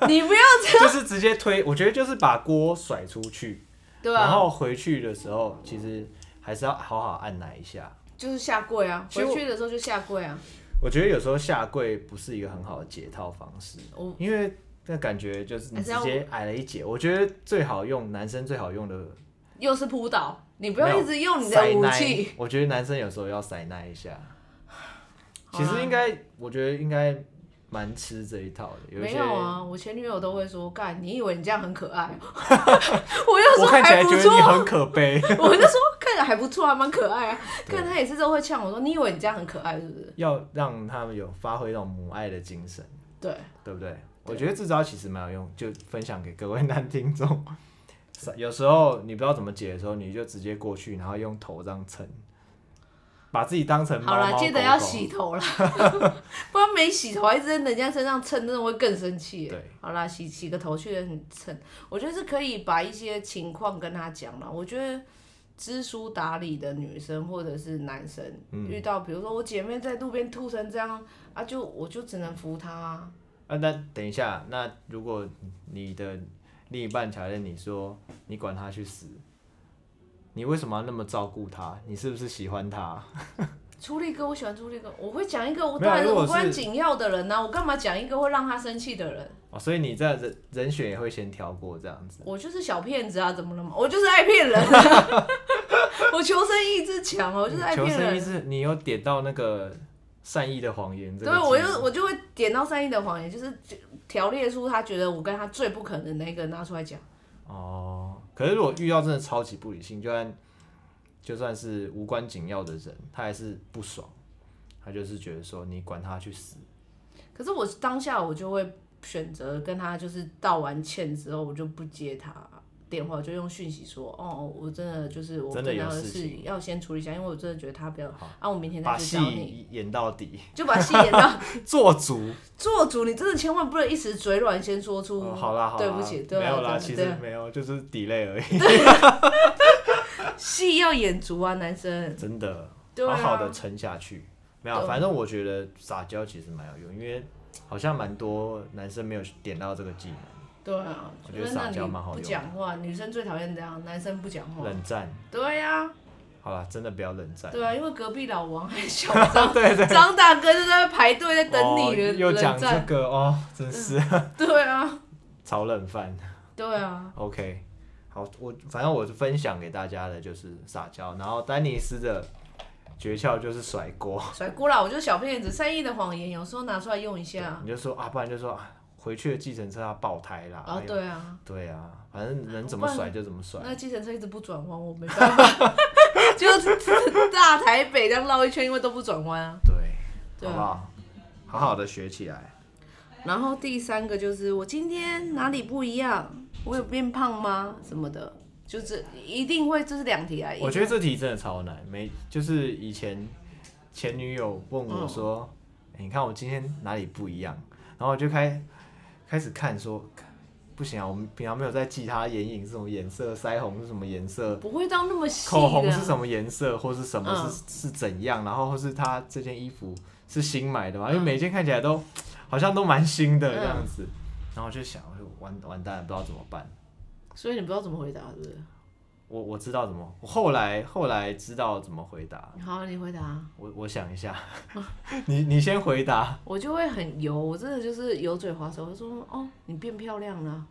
[SPEAKER 2] 你不要
[SPEAKER 1] 就是直接推，我觉得就是把锅甩出去，
[SPEAKER 2] 对
[SPEAKER 1] 然
[SPEAKER 2] 啊，
[SPEAKER 1] 后回去的时候其实还是要好好按奶一下。
[SPEAKER 2] 就是下跪啊，
[SPEAKER 1] 其实
[SPEAKER 2] 回
[SPEAKER 1] 我
[SPEAKER 2] 去的时候就下跪啊。
[SPEAKER 1] 我觉得有时候下跪不是一个很好的解套方式，
[SPEAKER 2] 我
[SPEAKER 1] 因为那感觉就是你
[SPEAKER 2] 还是
[SPEAKER 1] 直
[SPEAKER 2] 要
[SPEAKER 1] 接矮了一截。我觉得最好用男生最好用的
[SPEAKER 2] 又是扑倒，你不
[SPEAKER 1] 没
[SPEAKER 2] 要
[SPEAKER 1] 有
[SPEAKER 2] 一直用你
[SPEAKER 1] 塞
[SPEAKER 2] 的武
[SPEAKER 1] 奶
[SPEAKER 2] 器。
[SPEAKER 1] 我觉得男生有时候要塞奶 一下，
[SPEAKER 2] 好
[SPEAKER 1] 其
[SPEAKER 2] 啦
[SPEAKER 1] 实应该我觉得应该蛮吃这一套的。有一
[SPEAKER 2] 没
[SPEAKER 1] 些
[SPEAKER 2] 有啊，我前女友都会说：“干，你以为你这样很可爱？”啊 我又
[SPEAKER 1] 我
[SPEAKER 2] 说
[SPEAKER 1] 看起
[SPEAKER 2] 还
[SPEAKER 1] 来
[SPEAKER 2] 不
[SPEAKER 1] 觉得
[SPEAKER 2] 错
[SPEAKER 1] 你，很可 悲，
[SPEAKER 2] 我就说看着还不错啊，蛮可爱啊。
[SPEAKER 1] 对
[SPEAKER 2] 看他也是都会呛我说：“你以为你这样很可爱是不是
[SPEAKER 1] 要让他们有发挥那种母爱的精神，？”
[SPEAKER 2] 对，
[SPEAKER 1] 对不对？我觉得这招其实蛮有用，就分享给各位男听众。有时候你不知道怎么解的时候，你就直接过去，然后用头这样蹭，把自己当成猫
[SPEAKER 2] 好啦，
[SPEAKER 1] 猫
[SPEAKER 2] 记得
[SPEAKER 1] 狗
[SPEAKER 2] 要
[SPEAKER 1] 狗
[SPEAKER 2] 洗头啦， 不然没洗头还一直在人家身上蹭，真的会更生气耶。
[SPEAKER 1] 对
[SPEAKER 2] 好啦，洗洗个头去很蹭，我觉得是可以把一些情况跟他讲啦。我觉得知书达理的女生或者是男生，
[SPEAKER 1] 嗯
[SPEAKER 2] 遇到比如说我姐妹在路边吐成这样啊，就我就只能扶她啊。
[SPEAKER 1] 啊，那等一下，那如果你的另一半瞧见你说你管他去死，你为什么要那么照顾他？你是不是喜欢他？
[SPEAKER 2] 朱立哥，我喜欢朱立哥，我会讲一个我
[SPEAKER 1] 没有
[SPEAKER 2] 当
[SPEAKER 1] 啊
[SPEAKER 2] 然是
[SPEAKER 1] 如果
[SPEAKER 2] 无关
[SPEAKER 1] 是
[SPEAKER 2] 紧要的人呐、啊我干嘛讲一个会让他生气的人？
[SPEAKER 1] 哦，所以你这样人人选也会先挑过这样子。
[SPEAKER 2] 我就是小骗子啊，怎么了嘛？我就是爱骗人、啊， 我求生意志强啊，我就是爱
[SPEAKER 1] 求
[SPEAKER 2] 骗
[SPEAKER 1] 生意
[SPEAKER 2] 人。
[SPEAKER 1] 志，你有点到那个善意的谎言这
[SPEAKER 2] 对，
[SPEAKER 1] 个技能。
[SPEAKER 2] 我就我就会点到善意的谎言，就是条列出他觉得我跟他最不可能的那个拿出来讲。
[SPEAKER 1] 哦，可是如果遇到真的超级不理性，就算就算是无关紧要的人，他还是不爽，他就是觉得说你管他去死。
[SPEAKER 2] 可是我当下我就会选择跟他就是道完歉之后，我就不接他电话，我就用讯息说，哦，我真的就是我
[SPEAKER 1] 真的有
[SPEAKER 2] 要
[SPEAKER 1] 事
[SPEAKER 2] 事
[SPEAKER 1] 情
[SPEAKER 2] 要先处理一下，因为我真的觉得他不要
[SPEAKER 1] 好
[SPEAKER 2] 啊，我明天再
[SPEAKER 1] 把
[SPEAKER 2] 去找你，
[SPEAKER 1] 戏演到底，
[SPEAKER 2] 就把戏演到
[SPEAKER 1] 做足。
[SPEAKER 2] 做主，你真的千万不能一时嘴软，先说出、
[SPEAKER 1] 哦、好啦，
[SPEAKER 2] 嗯
[SPEAKER 1] 好啦，
[SPEAKER 2] 对不起，对啊
[SPEAKER 1] 没有啦，
[SPEAKER 2] 对
[SPEAKER 1] 其
[SPEAKER 2] 对
[SPEAKER 1] 实
[SPEAKER 2] 啊
[SPEAKER 1] 没有，就是 delay 而已，
[SPEAKER 2] 戏要演足啊，男生，
[SPEAKER 1] 真的，
[SPEAKER 2] 对
[SPEAKER 1] 好
[SPEAKER 2] 啊，
[SPEAKER 1] 好的撑下去。没有啊，
[SPEAKER 2] 对
[SPEAKER 1] 反正我觉得撒娇其实蛮有用，因为好像蛮多男生没有点到这个技能，
[SPEAKER 2] 对啊，
[SPEAKER 1] 我觉得
[SPEAKER 2] 就是那
[SPEAKER 1] 撒娇
[SPEAKER 2] 你
[SPEAKER 1] 蛮好
[SPEAKER 2] 不
[SPEAKER 1] 用的
[SPEAKER 2] 讲话，女生最讨厌这样，男生不讲话，
[SPEAKER 1] 冷战。
[SPEAKER 2] 对呀、啊，
[SPEAKER 1] 好啦，真的不要冷战。
[SPEAKER 2] 哦对啊，因为隔壁老王还小张。
[SPEAKER 1] 对对，
[SPEAKER 2] 张大哥就在那排队在等你
[SPEAKER 1] 哦
[SPEAKER 2] 的
[SPEAKER 1] 又讲
[SPEAKER 2] 冷
[SPEAKER 1] 这
[SPEAKER 2] 战，
[SPEAKER 1] 个哦，真是
[SPEAKER 2] 对啊，
[SPEAKER 1] 炒冷饭。
[SPEAKER 2] 对啊，
[SPEAKER 1] OK，好，我反正我就分享给大家的就是撒娇，然后丹尼斯的诀窍就是甩锅，
[SPEAKER 2] 甩锅啦！我就是小骗子，善意的谎言有时候拿出来用一下
[SPEAKER 1] 你就说啊，不然就说啊，回去的计程车它爆胎啦。
[SPEAKER 2] 啊
[SPEAKER 1] 哎，呦
[SPEAKER 2] 对啊，
[SPEAKER 1] 对啊，反正能怎么甩就怎么甩。
[SPEAKER 2] 那计程车一直不转弯，我没办法， 就是大台北这样绕一圈，因为都不转弯啊。
[SPEAKER 1] 对，
[SPEAKER 2] 对啊
[SPEAKER 1] 好不好？好好的学起来。
[SPEAKER 2] 然后第三个就是我今天哪里不一样？我有变胖吗？什么的，就是一定会，这是两题啊。
[SPEAKER 1] 我觉
[SPEAKER 2] 得
[SPEAKER 1] 得这题真的超难，没就是以前前女友问我说、
[SPEAKER 2] 嗯
[SPEAKER 1] 欸你看我今天哪里不一样？”然后我就开开始看说，不行啊，我们平常没有在记她眼影是什么颜色，腮红是什么颜色，
[SPEAKER 2] 不会到那么细的。
[SPEAKER 1] 口红是什么颜色，或是什么
[SPEAKER 2] 嗯
[SPEAKER 1] 是、是怎样，然后或是她这件衣服是新买的嘛？因
[SPEAKER 2] 嗯
[SPEAKER 1] 为每件看起来都好像都蛮新的这样子。然后我就想，我就完完蛋了，不知道怎么办。
[SPEAKER 2] 所以你不知道怎么回答，是不是？
[SPEAKER 1] 我我知道怎么，我后来后来知道怎么回答。
[SPEAKER 2] 好，你回答。
[SPEAKER 1] 我我想一下，
[SPEAKER 2] 嗯
[SPEAKER 1] 你你先回答。
[SPEAKER 2] 我就会很油，我真的就是油嘴滑舌。我就说哦，你变漂亮了。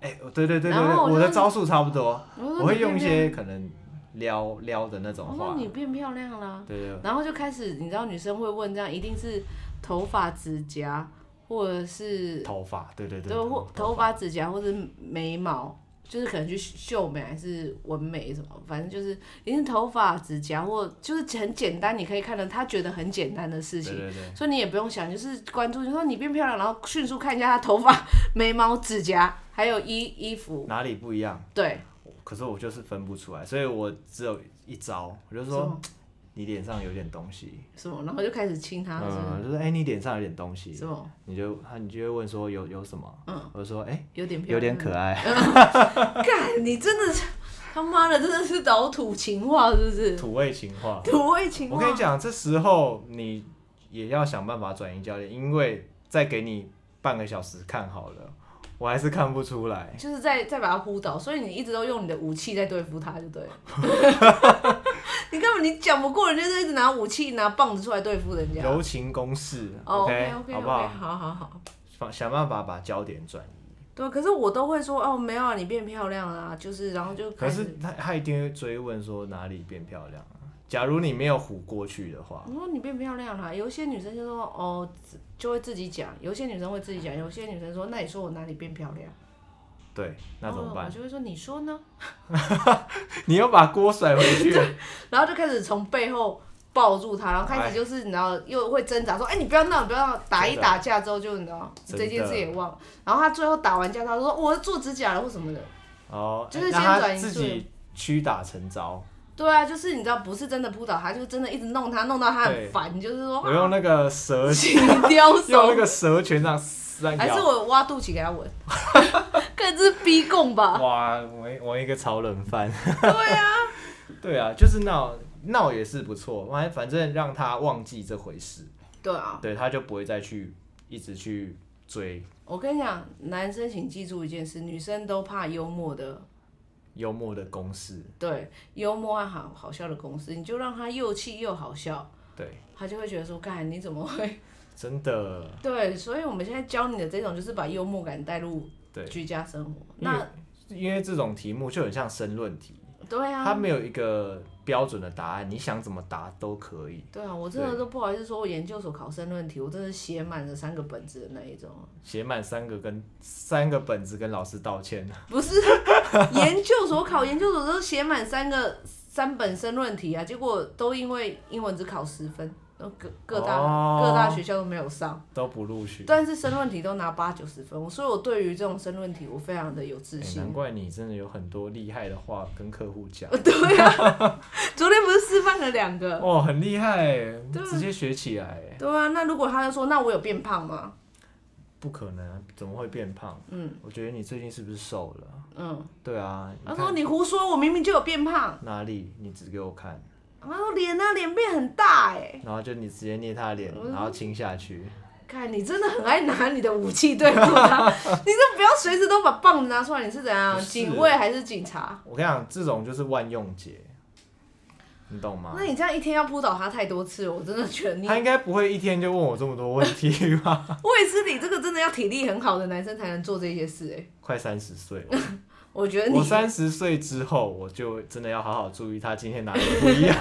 [SPEAKER 1] 哎、我对对对对
[SPEAKER 2] 然后
[SPEAKER 1] 对，
[SPEAKER 2] 我就
[SPEAKER 1] 我的招数差不多，
[SPEAKER 2] 我就说
[SPEAKER 1] 我会
[SPEAKER 2] 你
[SPEAKER 1] 用一
[SPEAKER 2] 变漂
[SPEAKER 1] 些可能撩撩的那种
[SPEAKER 2] 我
[SPEAKER 1] 话
[SPEAKER 2] 说。你变漂亮了，
[SPEAKER 1] 对对，
[SPEAKER 2] 然后就开始，你知道女生会问这样，一定是头发、指甲，或者是
[SPEAKER 1] 头发，对对对，
[SPEAKER 2] 对，或头发、指甲或者眉毛，就是可能去秀美还是纹眉什么，反正就是一定是头发、指甲或就是很简单，你可以看到他觉得很简单的事
[SPEAKER 1] 对
[SPEAKER 2] 情，
[SPEAKER 1] 对对，
[SPEAKER 2] 所以你也不用想，就是关注，就说你变漂亮，然后迅速看一下她头发、眉毛、指甲，还有衣衣服，
[SPEAKER 1] 哪里不一样？
[SPEAKER 2] 对，
[SPEAKER 1] 可是我就是分不出来，所以我只有一招，我就
[SPEAKER 2] 什
[SPEAKER 1] 说
[SPEAKER 2] 么
[SPEAKER 1] 你脸上有点东西，
[SPEAKER 2] 什么，然后就开始亲她，
[SPEAKER 1] 嗯，
[SPEAKER 2] 啊是
[SPEAKER 1] 就是哎、你脸上有点东
[SPEAKER 2] 不是
[SPEAKER 1] 西，
[SPEAKER 2] 什么，
[SPEAKER 1] 你就他你就会问说有有什么，
[SPEAKER 2] 嗯，
[SPEAKER 1] 我就说哎、
[SPEAKER 2] 有嗯点漂
[SPEAKER 1] 有点
[SPEAKER 2] 亮，
[SPEAKER 1] 可爱，
[SPEAKER 2] 干，你真的是他妈的真的是老土情话，是不是？
[SPEAKER 1] 土味情话。
[SPEAKER 2] 土味情
[SPEAKER 1] 我
[SPEAKER 2] 话，
[SPEAKER 1] 跟你讲，这时候你也要想办法转移焦点，因为再给你半个小时看好了，我还是看不出来。
[SPEAKER 2] 就是在在把他扑倒，所以你一直都用你的武器在对付他，就对了。 你根本你讲不过人，就是一直拿武器拿棒子出来对付人家。
[SPEAKER 1] 柔情攻势、
[SPEAKER 2] 哦
[SPEAKER 1] o
[SPEAKER 2] ，OK
[SPEAKER 1] k
[SPEAKER 2] OK
[SPEAKER 1] 好
[SPEAKER 2] OK，
[SPEAKER 1] 不好？
[SPEAKER 2] 好好好。
[SPEAKER 1] 放想办法把焦点转移。
[SPEAKER 2] 对，啊可是我都会说哦，没有啊，你变漂亮啦、就是然后就
[SPEAKER 1] 可
[SPEAKER 2] 开始
[SPEAKER 1] 是他他一定会追问说哪里变漂亮啊？假如你没有唬过去的话，
[SPEAKER 2] 我说你变漂亮啦、有一些女生就说哦，自就会自己讲；有一些女生会自己讲；有些女生说，那你说我哪里变漂亮？
[SPEAKER 1] 对，那怎么
[SPEAKER 2] 哦
[SPEAKER 1] 办
[SPEAKER 2] 我？就会说你说呢，
[SPEAKER 1] 你又把锅甩回 去，
[SPEAKER 2] 然后就开始从背后抱住她，然后开
[SPEAKER 1] 哎
[SPEAKER 2] 始就是你知道又会挣扎说，哎、你不要闹，你不要闹，打一
[SPEAKER 1] 真的
[SPEAKER 2] 打架之后就你知道
[SPEAKER 1] 真
[SPEAKER 2] 这件
[SPEAKER 1] 的
[SPEAKER 2] 事也忘了。然后她最后打完架，她说我做指甲了或什么的。
[SPEAKER 1] 哦，
[SPEAKER 2] 就是
[SPEAKER 1] 让
[SPEAKER 2] 先
[SPEAKER 1] 他
[SPEAKER 2] 转移
[SPEAKER 1] 自
[SPEAKER 2] 注意
[SPEAKER 1] 己屈打成招。
[SPEAKER 2] 对啊，就是你知道不是真的扑倒她，就是真的一直弄她，弄到她
[SPEAKER 1] 对
[SPEAKER 2] 很烦，就是说
[SPEAKER 1] 我用那 个蛇，
[SPEAKER 2] 情雕
[SPEAKER 1] 用那
[SPEAKER 2] 手，
[SPEAKER 1] 个蛇拳这样撕这样
[SPEAKER 2] 还是
[SPEAKER 1] 咬。
[SPEAKER 2] 我挖肚脐给她 吻，更是逼供 吧。
[SPEAKER 1] 哇，我一我一个炒冷饭。对啊， 对啊，就是闹闹也是不错，反反正让他忘记这回事，
[SPEAKER 2] 对啊，
[SPEAKER 1] 对他就不会再去一直去追
[SPEAKER 2] 我跟你讲，男生请记住一件事，女生都怕幽默的，
[SPEAKER 1] 幽默的公式。
[SPEAKER 2] 对，幽默啊好好笑的公司，你就让他又气又好笑，
[SPEAKER 1] 对，
[SPEAKER 2] 他就会觉得说，干你怎么会？
[SPEAKER 1] 真的，
[SPEAKER 2] 对，所以我们现在教你的这种，就是把幽默感带入
[SPEAKER 1] 对，
[SPEAKER 2] 居家生活。
[SPEAKER 1] 因为
[SPEAKER 2] 那
[SPEAKER 1] 因为这种题目就很像申论题，
[SPEAKER 2] 对
[SPEAKER 1] 它
[SPEAKER 2] 啊，
[SPEAKER 1] 没有一个标准的答案，你想怎么答都可以。
[SPEAKER 2] 对啊，我真的都不好意思说，我研究所考申论题，我真的写满了三个本子的那一种。啊
[SPEAKER 1] 写满三个跟三个本子跟老师道歉，
[SPEAKER 2] 不是 研究所考研究所都写满三个三本申论题啊，结果都因为英文只考十分，然后各各大、
[SPEAKER 1] 哦
[SPEAKER 2] 各大学校都没有上，
[SPEAKER 1] 都不录取。
[SPEAKER 2] 但是申论题都拿八九十分，所以我对于这种申论题我非常的有自
[SPEAKER 1] 哎
[SPEAKER 2] 信。
[SPEAKER 1] 难怪你真的有很多厉害的话跟客户讲
[SPEAKER 2] 对啊，昨天不是示范了两个？
[SPEAKER 1] 哦，很厉害耶，
[SPEAKER 2] 对啊
[SPEAKER 1] 直接学起来耶，
[SPEAKER 2] 对啊，那如果他就说，那我有变胖吗？
[SPEAKER 1] 不可能啊，怎么会变胖？
[SPEAKER 2] 嗯
[SPEAKER 1] 我觉得你最近是不是瘦了？
[SPEAKER 2] 嗯，
[SPEAKER 1] 对啊，你
[SPEAKER 2] 他
[SPEAKER 1] 看
[SPEAKER 2] 说你胡说，我明明就有变胖。
[SPEAKER 1] 哪里？你指给我看，
[SPEAKER 2] 他说脸啊，脸变很大哎、嗯
[SPEAKER 1] 然后就你直接捏他的脸，然后亲下去。
[SPEAKER 2] 看，你真的很爱拿你的武器对付 他，你这不要随时都把棒子拿出来，你是怎样
[SPEAKER 1] 不是
[SPEAKER 2] 警卫还是警察？
[SPEAKER 1] 我跟你讲，这种就是万用解，你懂吗
[SPEAKER 2] 那？你这样一天要扑倒他太多次了，我真的觉得你
[SPEAKER 1] 他应该不会一天就问我这么多问题吧？
[SPEAKER 2] 卫斯理这个真的要体力很好的男生才能做这些事、欸，
[SPEAKER 1] 快三十岁了，
[SPEAKER 2] 我觉得 你
[SPEAKER 1] 我三十岁之后，我就真的要好好注意他今天哪里不一 样。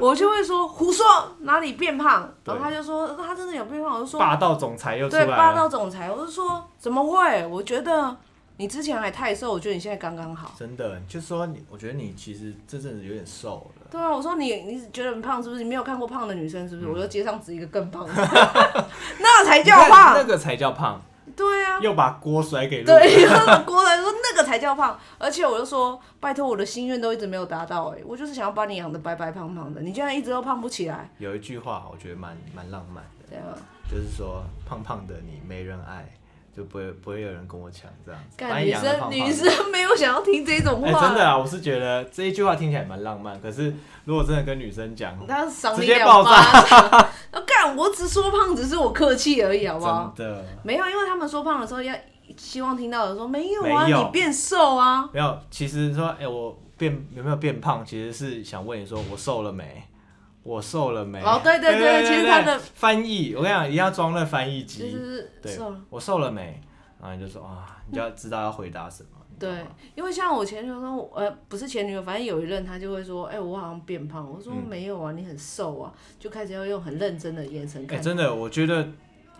[SPEAKER 2] 我就会说胡说，哪里变胖？然
[SPEAKER 1] 对
[SPEAKER 2] 后他就说他真的有变胖，我就说
[SPEAKER 1] 霸道总裁又出
[SPEAKER 2] 对
[SPEAKER 1] 来
[SPEAKER 2] 霸
[SPEAKER 1] 了，
[SPEAKER 2] 道总裁，我就说怎么会？我觉得你之前还太瘦，我觉得你现在刚刚好。
[SPEAKER 1] 真的，就说你，我觉得你其实这阵子有点瘦了。
[SPEAKER 2] 对啊，我说你你觉得很胖是不是？你没有看过胖的女生
[SPEAKER 1] 嗯
[SPEAKER 2] 是不是？我就街上指一个更胖的， 那才叫
[SPEAKER 1] 你看那
[SPEAKER 2] 胖。
[SPEAKER 1] 个才叫胖，
[SPEAKER 2] 对啊，
[SPEAKER 1] 又把锅甩给路人。
[SPEAKER 2] 对，然后郭来说那个才叫胖，而且我就说拜托，我的心愿都一直没有达到、哎，我就是想要把你养的白白胖胖的，你竟然一直都胖不起来。
[SPEAKER 1] 有一句话我觉得蛮蛮浪漫的，
[SPEAKER 2] 对啊，
[SPEAKER 1] 就是说胖胖的你没人爱，就不会不会有人跟我抢这样子。把
[SPEAKER 2] 干
[SPEAKER 1] 你
[SPEAKER 2] 女
[SPEAKER 1] 养得
[SPEAKER 2] 生
[SPEAKER 1] 胖胖
[SPEAKER 2] 女
[SPEAKER 1] 的
[SPEAKER 2] 生没有想要听这种
[SPEAKER 1] 哎、
[SPEAKER 2] 话，
[SPEAKER 1] 真的啊，我是觉得这一句话听起来蛮浪漫，可是如果真的跟女生讲，
[SPEAKER 2] 他赏
[SPEAKER 1] 直
[SPEAKER 2] 你
[SPEAKER 1] 接
[SPEAKER 2] 两
[SPEAKER 1] 爆
[SPEAKER 2] 巴 掌。要干，我只说胖，只是我客气而已，好不好
[SPEAKER 1] 真？的
[SPEAKER 2] 没有，因为他们说胖的时候要希望听到的说没有啊，
[SPEAKER 1] 没有
[SPEAKER 2] 你变瘦啊。
[SPEAKER 1] 没有。其实说，哎、我变有没有变胖，其实是想问你说，我瘦了没？我瘦了没？
[SPEAKER 2] 哦对对对其实他的
[SPEAKER 1] 翻译，我跟你讲，一定要装那翻译
[SPEAKER 2] 就
[SPEAKER 1] 机。
[SPEAKER 2] 是
[SPEAKER 1] 对
[SPEAKER 2] 瘦了。，
[SPEAKER 1] 我瘦了没？然后你就说啊，你就要知道要回答 什么。你知道
[SPEAKER 2] 对
[SPEAKER 1] 吗，
[SPEAKER 2] 因为像我前女友说，呃，不是前女友，反正有一任她就会说，哎、我好像变胖。我说
[SPEAKER 1] 嗯
[SPEAKER 2] 没有啊，你很瘦啊，就开始要用很认真的眼神
[SPEAKER 1] 哎、
[SPEAKER 2] 看。
[SPEAKER 1] 真的，我觉得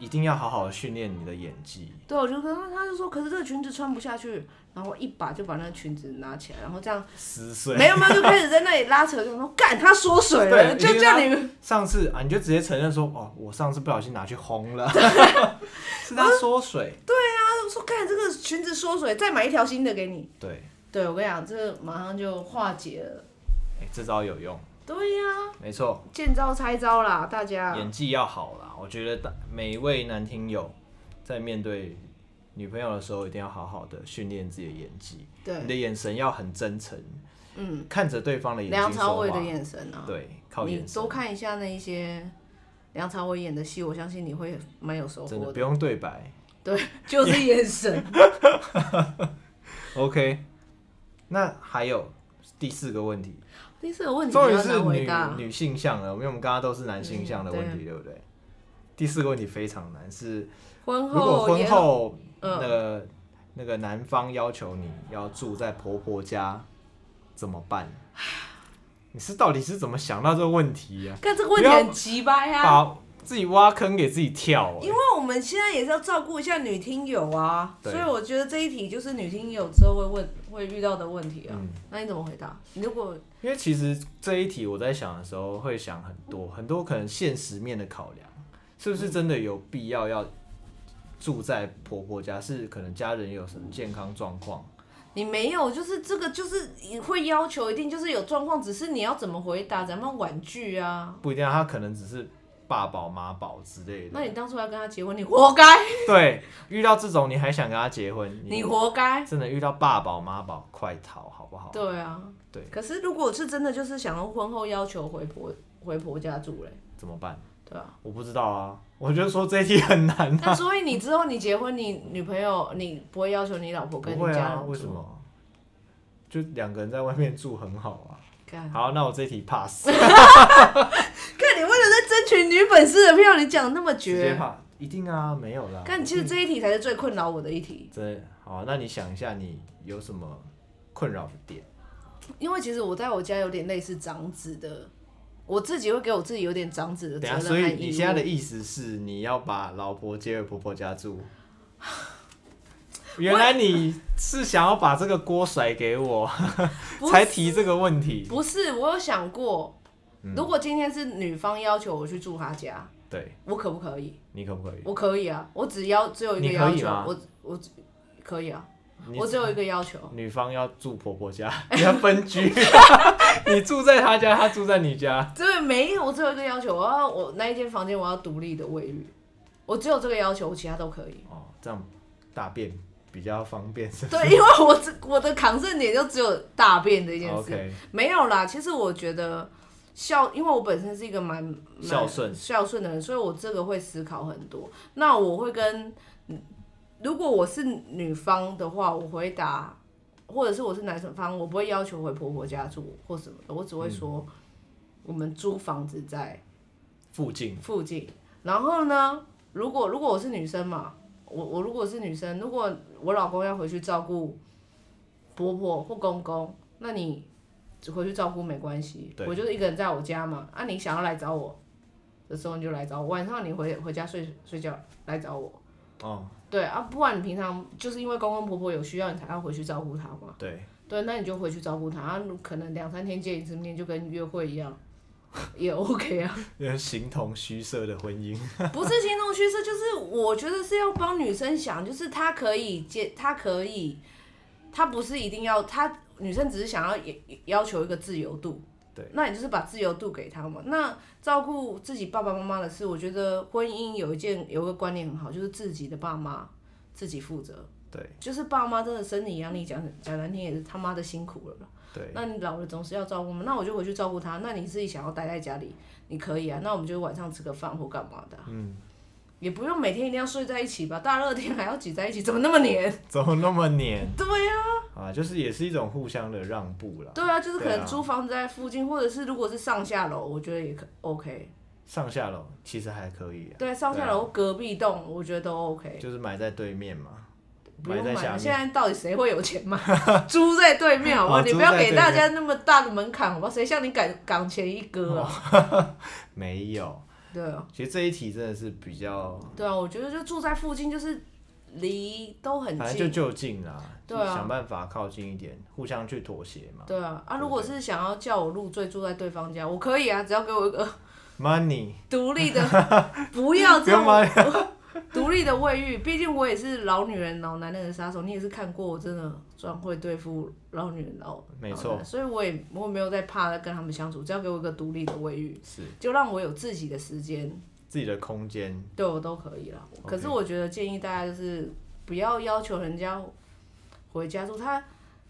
[SPEAKER 1] 一定要好好训练你的演技。
[SPEAKER 2] 对，我就跟她，她就说，可是这个裙子穿不下去，然后我一把就把那个裙子拿起来，然后这样
[SPEAKER 1] 撕碎。
[SPEAKER 2] 没有没有就开始在那里拉扯，就说干，她缩水了，
[SPEAKER 1] 对
[SPEAKER 2] 就
[SPEAKER 1] 你
[SPEAKER 2] 叫
[SPEAKER 1] 拉
[SPEAKER 2] 你
[SPEAKER 1] 上次啊，你就直接承认说，哦，我上次不小心拿去 烘了，是它缩水。
[SPEAKER 2] 啊我说看这个裙子缩水，再买一条新的给你。
[SPEAKER 1] 对，
[SPEAKER 2] 对，我跟你讲，这个马上就化解了。
[SPEAKER 1] 哎、这招有用，
[SPEAKER 2] 对呀、
[SPEAKER 1] 没错，
[SPEAKER 2] 见招拆招啦，大家。
[SPEAKER 1] 演技要好啦。我觉得大每一位男听友在面对女朋友的时候，一定要好好的训练自己的演技，你
[SPEAKER 2] 对，
[SPEAKER 1] 的眼神要很真诚，
[SPEAKER 2] 嗯，
[SPEAKER 1] 看着对方的眼
[SPEAKER 2] 梁
[SPEAKER 1] 睛
[SPEAKER 2] 朝
[SPEAKER 1] 说
[SPEAKER 2] 伟
[SPEAKER 1] 话
[SPEAKER 2] 的。眼神啊，
[SPEAKER 1] 对，靠
[SPEAKER 2] 你
[SPEAKER 1] 眼神
[SPEAKER 2] 多。看一下那一些梁朝伟演的戏，我相信你会蛮有收
[SPEAKER 1] 真的
[SPEAKER 2] 获
[SPEAKER 1] 不
[SPEAKER 2] 的。
[SPEAKER 1] 用对白。
[SPEAKER 2] 对，就是眼 神。
[SPEAKER 1] OK，那还有第四个问题，
[SPEAKER 2] 第四个问题
[SPEAKER 1] 终于
[SPEAKER 2] 比较
[SPEAKER 1] 是
[SPEAKER 2] 难回
[SPEAKER 1] 女
[SPEAKER 2] 答，嗯
[SPEAKER 1] 女性向了，因为我们刚刚都是男性向的问题，对不对？第四个问题非常难，是
[SPEAKER 2] 婚
[SPEAKER 1] 如果
[SPEAKER 2] 后
[SPEAKER 1] 婚
[SPEAKER 2] 也
[SPEAKER 1] 后
[SPEAKER 2] 嗯
[SPEAKER 1] 那个那个男方要求你要住在婆婆家，怎么办？你是到底是怎么想到这个问题呀、
[SPEAKER 2] 看这个问题
[SPEAKER 1] 不要
[SPEAKER 2] 很啊奇葩呀、
[SPEAKER 1] 把自己挖坑给自己跳、欸
[SPEAKER 2] 因为我们现在也是要照顾一下女听友啊，
[SPEAKER 1] 对
[SPEAKER 2] 所以我觉得这一题就是女听友之后会问会遇到的问题啊。
[SPEAKER 1] 嗯
[SPEAKER 2] 那你怎么回答？你如果
[SPEAKER 1] 因为其实这一题我在想的时候，会想很多很多可能现实面的考量，是不是真的有必要要住在婆婆家？是可能家人有什么健康状况？
[SPEAKER 2] 你没有，就是这个就是你会要求一定就是有状况，只是你要怎么回答，怎么婉拒啊？
[SPEAKER 1] 不一定啊，他可能只是爸宝妈宝之类
[SPEAKER 2] 那
[SPEAKER 1] 的。
[SPEAKER 2] 你当初要跟他结婚，你活该，
[SPEAKER 1] 对，遇到这种你还想跟他结婚？
[SPEAKER 2] 你活该。
[SPEAKER 1] 真的遇到爸宝妈宝，快逃好不好？
[SPEAKER 2] 对啊，
[SPEAKER 1] 对，
[SPEAKER 2] 可是如果是真的就是想要婚后要求回婆回婆家住嘞，
[SPEAKER 1] 怎么办？
[SPEAKER 2] 对 啊。
[SPEAKER 1] 我不知道啊，我就说这一题很 难
[SPEAKER 2] 那
[SPEAKER 1] 啊。
[SPEAKER 2] 所以你之后你结婚，你女朋友你不会要求你老婆跟
[SPEAKER 1] 不
[SPEAKER 2] 你
[SPEAKER 1] 会
[SPEAKER 2] 家
[SPEAKER 1] 啊，
[SPEAKER 2] 人
[SPEAKER 1] 为什
[SPEAKER 2] 住？
[SPEAKER 1] 么？就两个人在外面住很好啊。
[SPEAKER 2] 干
[SPEAKER 1] 好，那我这一题 pass，
[SPEAKER 2] 看你为了在争取女粉丝的票，你讲得那么
[SPEAKER 1] 直接
[SPEAKER 2] 绝。
[SPEAKER 1] pass，一定啊，没有啦。
[SPEAKER 2] 但其实这一题才是最困扰我的一题，
[SPEAKER 1] 真的好啊，那你想一下，你有什么困扰的点？
[SPEAKER 2] 因为其实我在我家有点类似长子的，我自己会给我自己有点长子的责
[SPEAKER 1] 等一下，
[SPEAKER 2] 任
[SPEAKER 1] 所以
[SPEAKER 2] 和
[SPEAKER 1] 你
[SPEAKER 2] 义
[SPEAKER 1] 现在的
[SPEAKER 2] 务。
[SPEAKER 1] 意思是你要把老婆接回婆婆家住？原来你是想要把这个锅甩给我，
[SPEAKER 2] 不
[SPEAKER 1] 才提这个问题。
[SPEAKER 2] 不是，我有想过，
[SPEAKER 1] 嗯
[SPEAKER 2] 如果今天是女方要求我去住她家，
[SPEAKER 1] 对
[SPEAKER 2] 我可不可以？
[SPEAKER 1] 你可不可以？
[SPEAKER 2] 我可以啊，我只要只有一个
[SPEAKER 1] 你可
[SPEAKER 2] 要
[SPEAKER 1] 以
[SPEAKER 2] 求，
[SPEAKER 1] 吗
[SPEAKER 2] 我我只可以啊，
[SPEAKER 1] 你
[SPEAKER 2] 我只有一个要求。
[SPEAKER 1] 女方要住婆 婆家，你要分居， 你住在她家，她住在你家。
[SPEAKER 2] 对，没有，我只有一个要求，我要我那一间房间我要独立的卫浴，我只有这个要求，我其他都可以。
[SPEAKER 1] 哦，这样大便比较方便，是不 是
[SPEAKER 2] 对，因为我只我的扛胜点就只有大便这件事
[SPEAKER 1] OK，
[SPEAKER 2] 没有啦。其实我觉得孝，因为我本身是一个蛮蛮
[SPEAKER 1] 孝顺
[SPEAKER 2] 孝顺的人，所以我这个会思考很多。那我会跟，如果我是女方的话，我回答，或者是我是男方，我不会要求回婆婆家住或什么的，我只
[SPEAKER 1] 嗯
[SPEAKER 2] 会说、我们租房子在
[SPEAKER 1] 附近
[SPEAKER 2] 附近。然后呢，如果如果我是女生嘛，我我如果是女生，如果我老公要回去照顾婆婆或公公，那你回去照顾没关系，
[SPEAKER 1] 对
[SPEAKER 2] 我就是一个人在我家嘛。啊，你想要来找我的时候你就来找我，晚上你回回家睡睡觉来找我。
[SPEAKER 1] 哦，
[SPEAKER 2] 对啊，不然你平常就是因为公公婆婆有需要，你才要回去照顾他嘛。
[SPEAKER 1] 对，
[SPEAKER 2] 对，那你就回去照顾他，啊，可能两三天见一次面，就跟约会一样，也 OK 啊。
[SPEAKER 1] 呃 形同虚设的婚姻，
[SPEAKER 2] 不是形同虚设，就是我觉得是要帮女生想，就是她可以接，她可以，她不是一定要，她女生只是想要也要求一个自由度。
[SPEAKER 1] 对，
[SPEAKER 2] 那你就是把自由度给她嘛。那照顾自己爸爸妈妈的事，我觉得婚姻有一件有一个观念很好，就是自己的爸妈自己负责。
[SPEAKER 1] 对
[SPEAKER 2] 就是爸妈真的生你养你，讲讲难听也是他妈的辛苦了啦。
[SPEAKER 1] 对，
[SPEAKER 2] 那你老了总是要照顾嘛，那我就回去照顾他。那你自己想要待在家里，你可以啊。那我们就晚上吃个饭或干嘛的啊、
[SPEAKER 1] 嗯，
[SPEAKER 2] 也不用每天一定要睡在一起吧，大热天还要挤在一起，怎么那么 黏？
[SPEAKER 1] 怎么那么黏
[SPEAKER 2] 对呀、
[SPEAKER 1] 啊？就是也是一种互相的让步啦，
[SPEAKER 2] 对啊，就是可
[SPEAKER 1] 对
[SPEAKER 2] 能
[SPEAKER 1] 啊
[SPEAKER 2] 租房子在附近，或者是如果是上下楼，我觉得也可 OK。
[SPEAKER 1] 上下楼其实还可以啊，
[SPEAKER 2] 对，上下
[SPEAKER 1] 对啊
[SPEAKER 2] 楼隔壁栋，我觉得都 OK。
[SPEAKER 1] 就是买在对面嘛，
[SPEAKER 2] 不用
[SPEAKER 1] 买在
[SPEAKER 2] 买
[SPEAKER 1] 下
[SPEAKER 2] 了，
[SPEAKER 1] 面
[SPEAKER 2] 现在到底谁会有钱买？ 租在对面好不好？
[SPEAKER 1] 哦
[SPEAKER 2] 你
[SPEAKER 1] 租
[SPEAKER 2] 不要
[SPEAKER 1] 在
[SPEAKER 2] 给
[SPEAKER 1] 对
[SPEAKER 2] 大
[SPEAKER 1] 面
[SPEAKER 2] 家那么大的门槛好不好？谁像你敢港前一哥
[SPEAKER 1] 哦
[SPEAKER 2] 啊？
[SPEAKER 1] 没有。
[SPEAKER 2] 对啊，
[SPEAKER 1] 其实这一题真的是比较，
[SPEAKER 2] 对啊，我觉得就住在附近，就是离都很
[SPEAKER 1] 反正就
[SPEAKER 2] 近。
[SPEAKER 1] 就近啦，
[SPEAKER 2] 对啊
[SPEAKER 1] 想办法靠近一点，互相去妥协嘛。
[SPEAKER 2] 对啊，啊，
[SPEAKER 1] 对
[SPEAKER 2] 如果
[SPEAKER 1] 对
[SPEAKER 2] 是想要叫我入赘住在对方家，我可以啊，只要给我一个
[SPEAKER 1] Money
[SPEAKER 2] 独立 的，不要
[SPEAKER 1] 不
[SPEAKER 2] 这
[SPEAKER 1] 用
[SPEAKER 2] 样
[SPEAKER 1] money，
[SPEAKER 2] 独立的卫浴，毕竟我也是老女人、老男人的杀手，你也是看过，我真的专会对付老女人、老
[SPEAKER 1] 没
[SPEAKER 2] 老男
[SPEAKER 1] 错
[SPEAKER 2] 人所以我也我没有在怕跟他们相处，只要给我一个独立的卫浴，
[SPEAKER 1] 是
[SPEAKER 2] 就让我有自己的时间，
[SPEAKER 1] 自己的空间，
[SPEAKER 2] 对我都可以啦。
[SPEAKER 1] OK
[SPEAKER 2] 可是我觉得建议大家就是不要要求人家回家住，他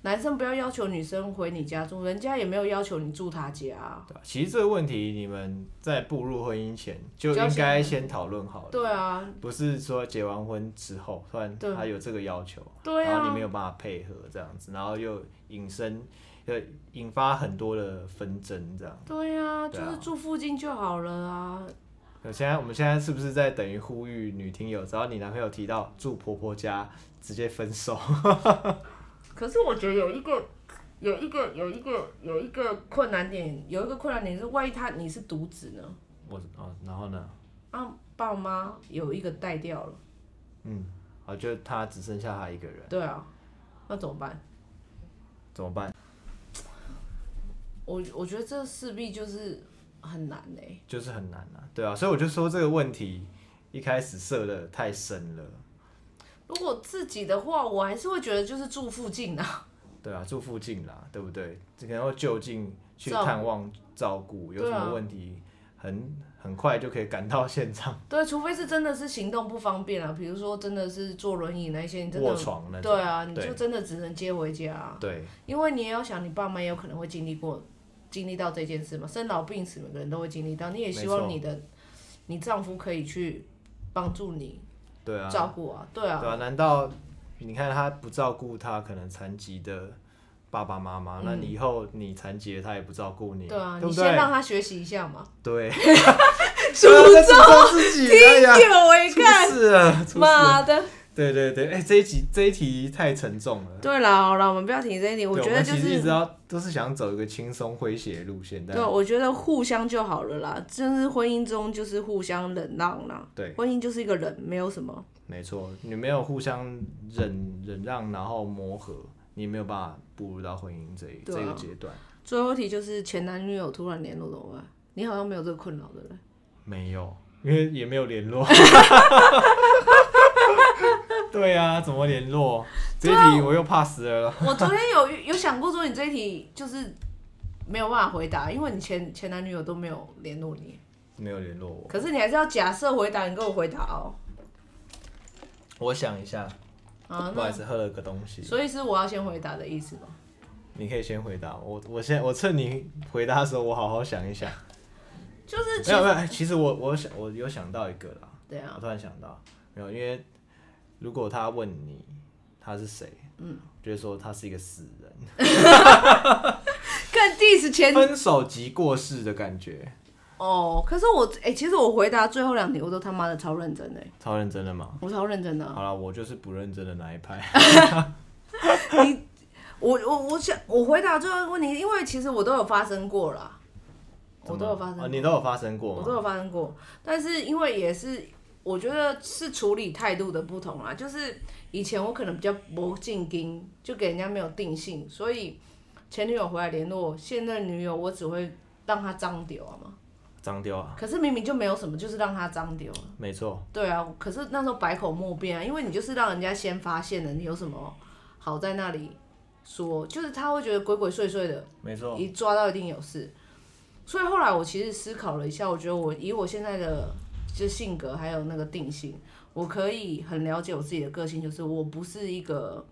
[SPEAKER 2] 男生不要要求女生回你家住，人家也没有要求你住他家啊。
[SPEAKER 1] 对吧其实这个问题你们在步入婚姻前就
[SPEAKER 2] 就要
[SPEAKER 1] 应该先讨论好了，
[SPEAKER 2] 对啊，
[SPEAKER 1] 不是说结完婚之后突然
[SPEAKER 2] 对
[SPEAKER 1] 他有这个要求，
[SPEAKER 2] 对
[SPEAKER 1] 然后你
[SPEAKER 2] 啊
[SPEAKER 1] 没，有办法配合这样子，然后又引申呃引发很多的纷争这样。
[SPEAKER 2] 对啊，就
[SPEAKER 1] 对啊
[SPEAKER 2] 是住附近就好了啊。
[SPEAKER 1] 呃现在我们现在是不是在等于呼吁女听友，只要你男朋友提到住婆婆家，直接分手？
[SPEAKER 2] 可是我觉得有一个。有一个有一个有一个困难点，有一个困难点是，万一他你是独子呢？
[SPEAKER 1] 我哦，然后呢？
[SPEAKER 2] 啊，爸妈有一个带掉了，
[SPEAKER 1] 嗯，啊，就他只剩下他一个人，
[SPEAKER 2] 对啊，那怎么办？
[SPEAKER 1] 怎么办？
[SPEAKER 2] 我我觉得这势必就是很难欸呢、
[SPEAKER 1] 就是很难啊，对啊，所以我就说这个问题一开始设的太深了，
[SPEAKER 2] 如果自己的话，我还是会觉得就是住附近啊。
[SPEAKER 1] 对啊，住附近啦，对不对？这个要就近去
[SPEAKER 2] 照顾
[SPEAKER 1] 探望照顾，有什
[SPEAKER 2] 对啊
[SPEAKER 1] 么问题，很很快就可以赶到 现场，
[SPEAKER 2] 对，除非是真的是行动不方便啊，比如说真的是坐轮椅那欸些，你真
[SPEAKER 1] 卧
[SPEAKER 2] 的
[SPEAKER 1] 床那种，
[SPEAKER 2] 对啊，你
[SPEAKER 1] 对
[SPEAKER 2] 就真的只能接回家啊、
[SPEAKER 1] 对
[SPEAKER 2] 因为你也要想，你爸妈也有可能会经历过经历到这件事嘛，生老病死每个人都会经历到，你也希
[SPEAKER 1] 没
[SPEAKER 2] 望
[SPEAKER 1] 错
[SPEAKER 2] 你的你丈夫可以去帮助你
[SPEAKER 1] 对啊，
[SPEAKER 2] 照顾啊，对啊，
[SPEAKER 1] 对啊，难道你看他不照顾他可能残疾的爸爸妈妈，那你以后你残疾了他也不照顾你，
[SPEAKER 2] 嗯对啊，
[SPEAKER 1] 不
[SPEAKER 2] 你
[SPEAKER 1] 对
[SPEAKER 2] 先？让他学习一下嘛。
[SPEAKER 1] 对，啊
[SPEAKER 2] 苏
[SPEAKER 1] 在诅咒自己，哎呀，
[SPEAKER 2] 有为
[SPEAKER 1] 出事了， 出事了，
[SPEAKER 2] 妈的！
[SPEAKER 1] 对对对，哎、这一集这一题太沉重了。
[SPEAKER 2] 对啦，好啦，我们不要提这一点，
[SPEAKER 1] 对
[SPEAKER 2] 觉得就
[SPEAKER 1] 们其实一直
[SPEAKER 2] 是。
[SPEAKER 1] 要都是想走一个轻松诙谐的路线，但
[SPEAKER 2] 对，啊我觉得互相就好了啦，就是婚姻中就是互相忍让啦。
[SPEAKER 1] 对，
[SPEAKER 2] 婚姻就是一个人，没有什么。
[SPEAKER 1] 没错，你没有互相忍忍让，然后磨合，你没有办法步入到婚姻这一、
[SPEAKER 2] 对啊
[SPEAKER 1] 这个阶段。
[SPEAKER 2] 最后一题就是前男女友突然联络怎么办？你好像没有这个困扰的人。
[SPEAKER 1] 没有，因为也没有联络。 对啊，怎么联络？这一
[SPEAKER 2] 啊
[SPEAKER 1] 题我又 pass 了。
[SPEAKER 2] 我昨天有有想过说你这一题就是没有办法回答，因为你前前男女友都没有联络你，
[SPEAKER 1] 没有联络我。
[SPEAKER 2] 可是你还是要假设回答，你给我回答哦。
[SPEAKER 1] 我想一下，
[SPEAKER 2] 啊，
[SPEAKER 1] 不好
[SPEAKER 2] 那
[SPEAKER 1] 意思，喝了个东西。
[SPEAKER 2] 所以是我要先回答的意思吗？
[SPEAKER 1] 你可以先回答我，我现在我趁你回答的时候，我好好想一想。
[SPEAKER 2] 就是其
[SPEAKER 1] 没有没
[SPEAKER 2] 实
[SPEAKER 1] 有，哎其实我我想我有想到一个啦，
[SPEAKER 2] 对啊
[SPEAKER 1] 我，突然想到，没有，因为如果他问你他是谁，嗯，就会说他是一个死人，
[SPEAKER 2] 看 diss 前
[SPEAKER 1] 分手即过世的感觉，
[SPEAKER 2] 哦，可是我哎、其实我回答最后两题我都他妈的超认真的，
[SPEAKER 1] 超认真的嘛。
[SPEAKER 2] 我超认真的啊、
[SPEAKER 1] 好了，我就是不认真的那一派。
[SPEAKER 2] 我我我想我回答最后一个问题，因为其实我都有发生过啦，我都有发生
[SPEAKER 1] 哦，
[SPEAKER 2] 过，
[SPEAKER 1] 你都有发生过
[SPEAKER 2] 我
[SPEAKER 1] 吗？
[SPEAKER 2] 都有发生过，但是因为也是我觉得是处理态度的不同啦，就是以前我可能比较不进京，就给人家没有定性，所以前女友回来联络现任女友，我只会让她脏丢啊嘛，
[SPEAKER 1] 脏丢啊，
[SPEAKER 2] 可是明明就没有什么，就是让她脏丢啊。
[SPEAKER 1] 没错，
[SPEAKER 2] 对啊，可是那时候百口莫辩啊，因为你就是让人家先发现了，你有什么好在那里说？就是他会觉得鬼鬼祟祟的，
[SPEAKER 1] 没错，
[SPEAKER 2] 一抓到一定有事。所以后来我其实思考了一下，我觉得我以我现在的就是性格还有那个定性，我可以很了解我自己的个性，就是我不是一个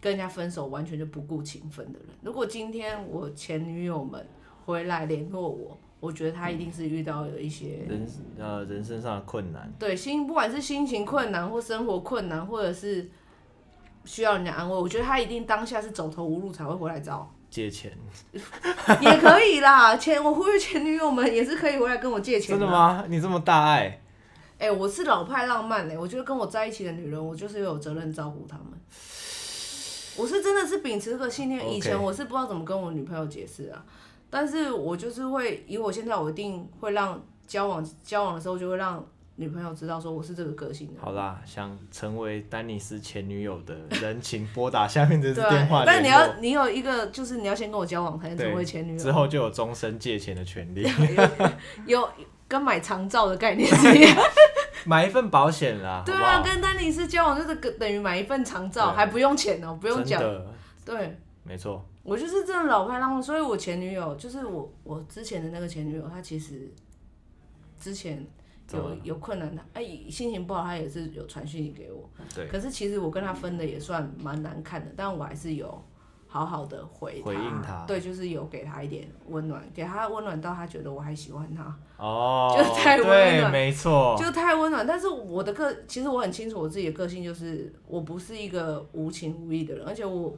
[SPEAKER 2] 跟人家分手完全就不顾情分的人。如果今天我前女友们回来联络我，我觉得她一定是遇到有一些
[SPEAKER 1] 人呃人身上的困难，
[SPEAKER 2] 对心，不管是心情困难或生活困难，或者是需要人家安慰，我觉得他一定当下是走投无路才会回来找，
[SPEAKER 1] 借钱，
[SPEAKER 2] 也可以啦。前我呼吁前女友们也是可以回来跟我借钱啊
[SPEAKER 1] 真的？吗？你这么大爱，
[SPEAKER 2] 哎、我是老派浪漫嘞、欸我觉得跟我在一起的女人，我就是有责任照顾她们。我是真的是秉持这个信念，以前
[SPEAKER 1] OK
[SPEAKER 2] 我是不知道怎么跟我女朋友解释啊，但是我就是会以我现在，我一定会让交往交往的时候就会让女朋友知道说我是这个个性的。
[SPEAKER 1] 好啦，想成为丹尼斯前女友的人，请拨打下面这支
[SPEAKER 2] 对啊，
[SPEAKER 1] 电话
[SPEAKER 2] 但你
[SPEAKER 1] 联络
[SPEAKER 2] 要你有一个，就是你要先跟我交往才能成为前女
[SPEAKER 1] 之
[SPEAKER 2] 友，
[SPEAKER 1] 后就有终身借钱的权 利，
[SPEAKER 2] 有跟买长照的概念是一 样。
[SPEAKER 1] 买一份保险啦，
[SPEAKER 2] 对
[SPEAKER 1] 好
[SPEAKER 2] 啊，
[SPEAKER 1] 不好？
[SPEAKER 2] 跟丹尼斯交往就是跟等于买一份长照，
[SPEAKER 1] 对
[SPEAKER 2] 还不用钱哦、不用
[SPEAKER 1] 真
[SPEAKER 2] 讲。
[SPEAKER 1] 的，
[SPEAKER 2] 对，
[SPEAKER 1] 没错，
[SPEAKER 2] 我就是这种老派浪漫，所以我前女友就是我我之前的那个前女友，她其实之前
[SPEAKER 1] 怎么
[SPEAKER 2] 有
[SPEAKER 1] 了
[SPEAKER 2] 有困难的，哎、心情不好，她也是有传讯息给我。
[SPEAKER 1] 对，
[SPEAKER 2] 可是其实我跟她分的也算蛮难看的，但我还是有好好的回
[SPEAKER 1] 回应他
[SPEAKER 2] 对，就是有给他一点温暖，给他温暖到他觉得我还喜欢他，
[SPEAKER 1] 哦，
[SPEAKER 2] 就太温
[SPEAKER 1] 对，
[SPEAKER 2] 暖
[SPEAKER 1] 没错，
[SPEAKER 2] 就太温暖。但是我的个，其实我很清楚我自己的个性，就是我不是一个无情无义的人，而且我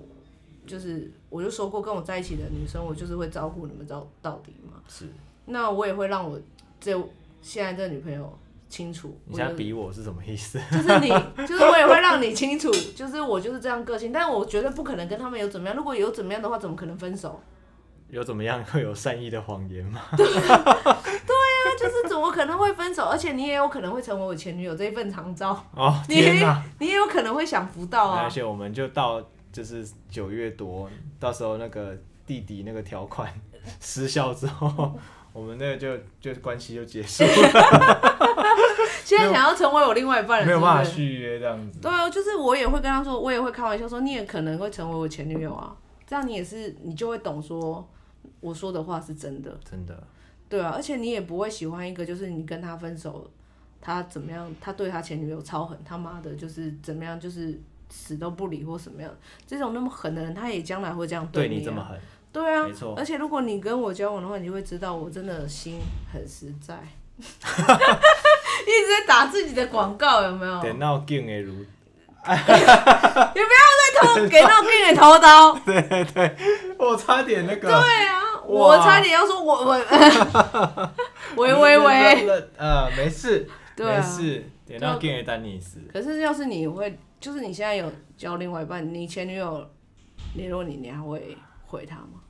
[SPEAKER 2] 就是我就说过，跟我在一起的女生，我就是会照顾你们到到底嘛。
[SPEAKER 1] 是
[SPEAKER 2] 那我也会让我这现在这女朋友清楚，
[SPEAKER 1] 你
[SPEAKER 2] 我
[SPEAKER 1] 现
[SPEAKER 2] 就
[SPEAKER 1] 在比我是什么意思？
[SPEAKER 2] 就是你， 就是我也会让你清楚，就是我就是这样个性，但我绝对不可能跟他们有怎么样。如果有怎么样的话，怎么可能分手？
[SPEAKER 1] 有怎么样 会有善意的谎言 吗？
[SPEAKER 2] 那就是怎么可能会分手？而且你也有可能会成为我前女友这一份长 照，
[SPEAKER 1] 哦，
[SPEAKER 2] 你
[SPEAKER 1] 天哪！
[SPEAKER 2] 你也有可能会享福到
[SPEAKER 1] 而
[SPEAKER 2] 啊。
[SPEAKER 1] 且我们就到就是九月多，到时候那个弟弟那个条款失效之后， 我们那个就就关系就结束了，
[SPEAKER 2] 现在想要成为我另外一半人，
[SPEAKER 1] 哎没有
[SPEAKER 2] 是不是
[SPEAKER 1] 办法续约这样子。
[SPEAKER 2] 对啊，就是我也会跟他说，我也会开玩笑说，你也可能会成为我前女友啊。这样你也是，你就会懂说我说的话是真的。
[SPEAKER 1] 真的，
[SPEAKER 2] 对啊，而且你也不会喜欢一个，就是你跟他分手，他怎么样，他对他前女友超狠，他妈的，就是怎么样，就是死都不理或什么样，这种那么狠的人，他也将来会这样
[SPEAKER 1] 对
[SPEAKER 2] 你、啊。
[SPEAKER 1] 你这么狠，
[SPEAKER 2] 对啊
[SPEAKER 1] 没，错
[SPEAKER 2] 而且如果你跟我交往的话，你就会知道我真的心很实 在，一直在打自己的广告，有没有？
[SPEAKER 1] 等到更的如 啊
[SPEAKER 2] 在偷给那种病人头刀。
[SPEAKER 1] 我差点那个，
[SPEAKER 2] 对啊，我
[SPEAKER 1] 哇
[SPEAKER 2] 差点要说我我， 喂喂喂，
[SPEAKER 1] 喂，呃，没事，
[SPEAKER 2] 对啊
[SPEAKER 1] 没。事，点到更的丹尼斯，
[SPEAKER 2] 可是要是你会，就是你现在有交另外一半，你前女友联络你，你还会回她吗？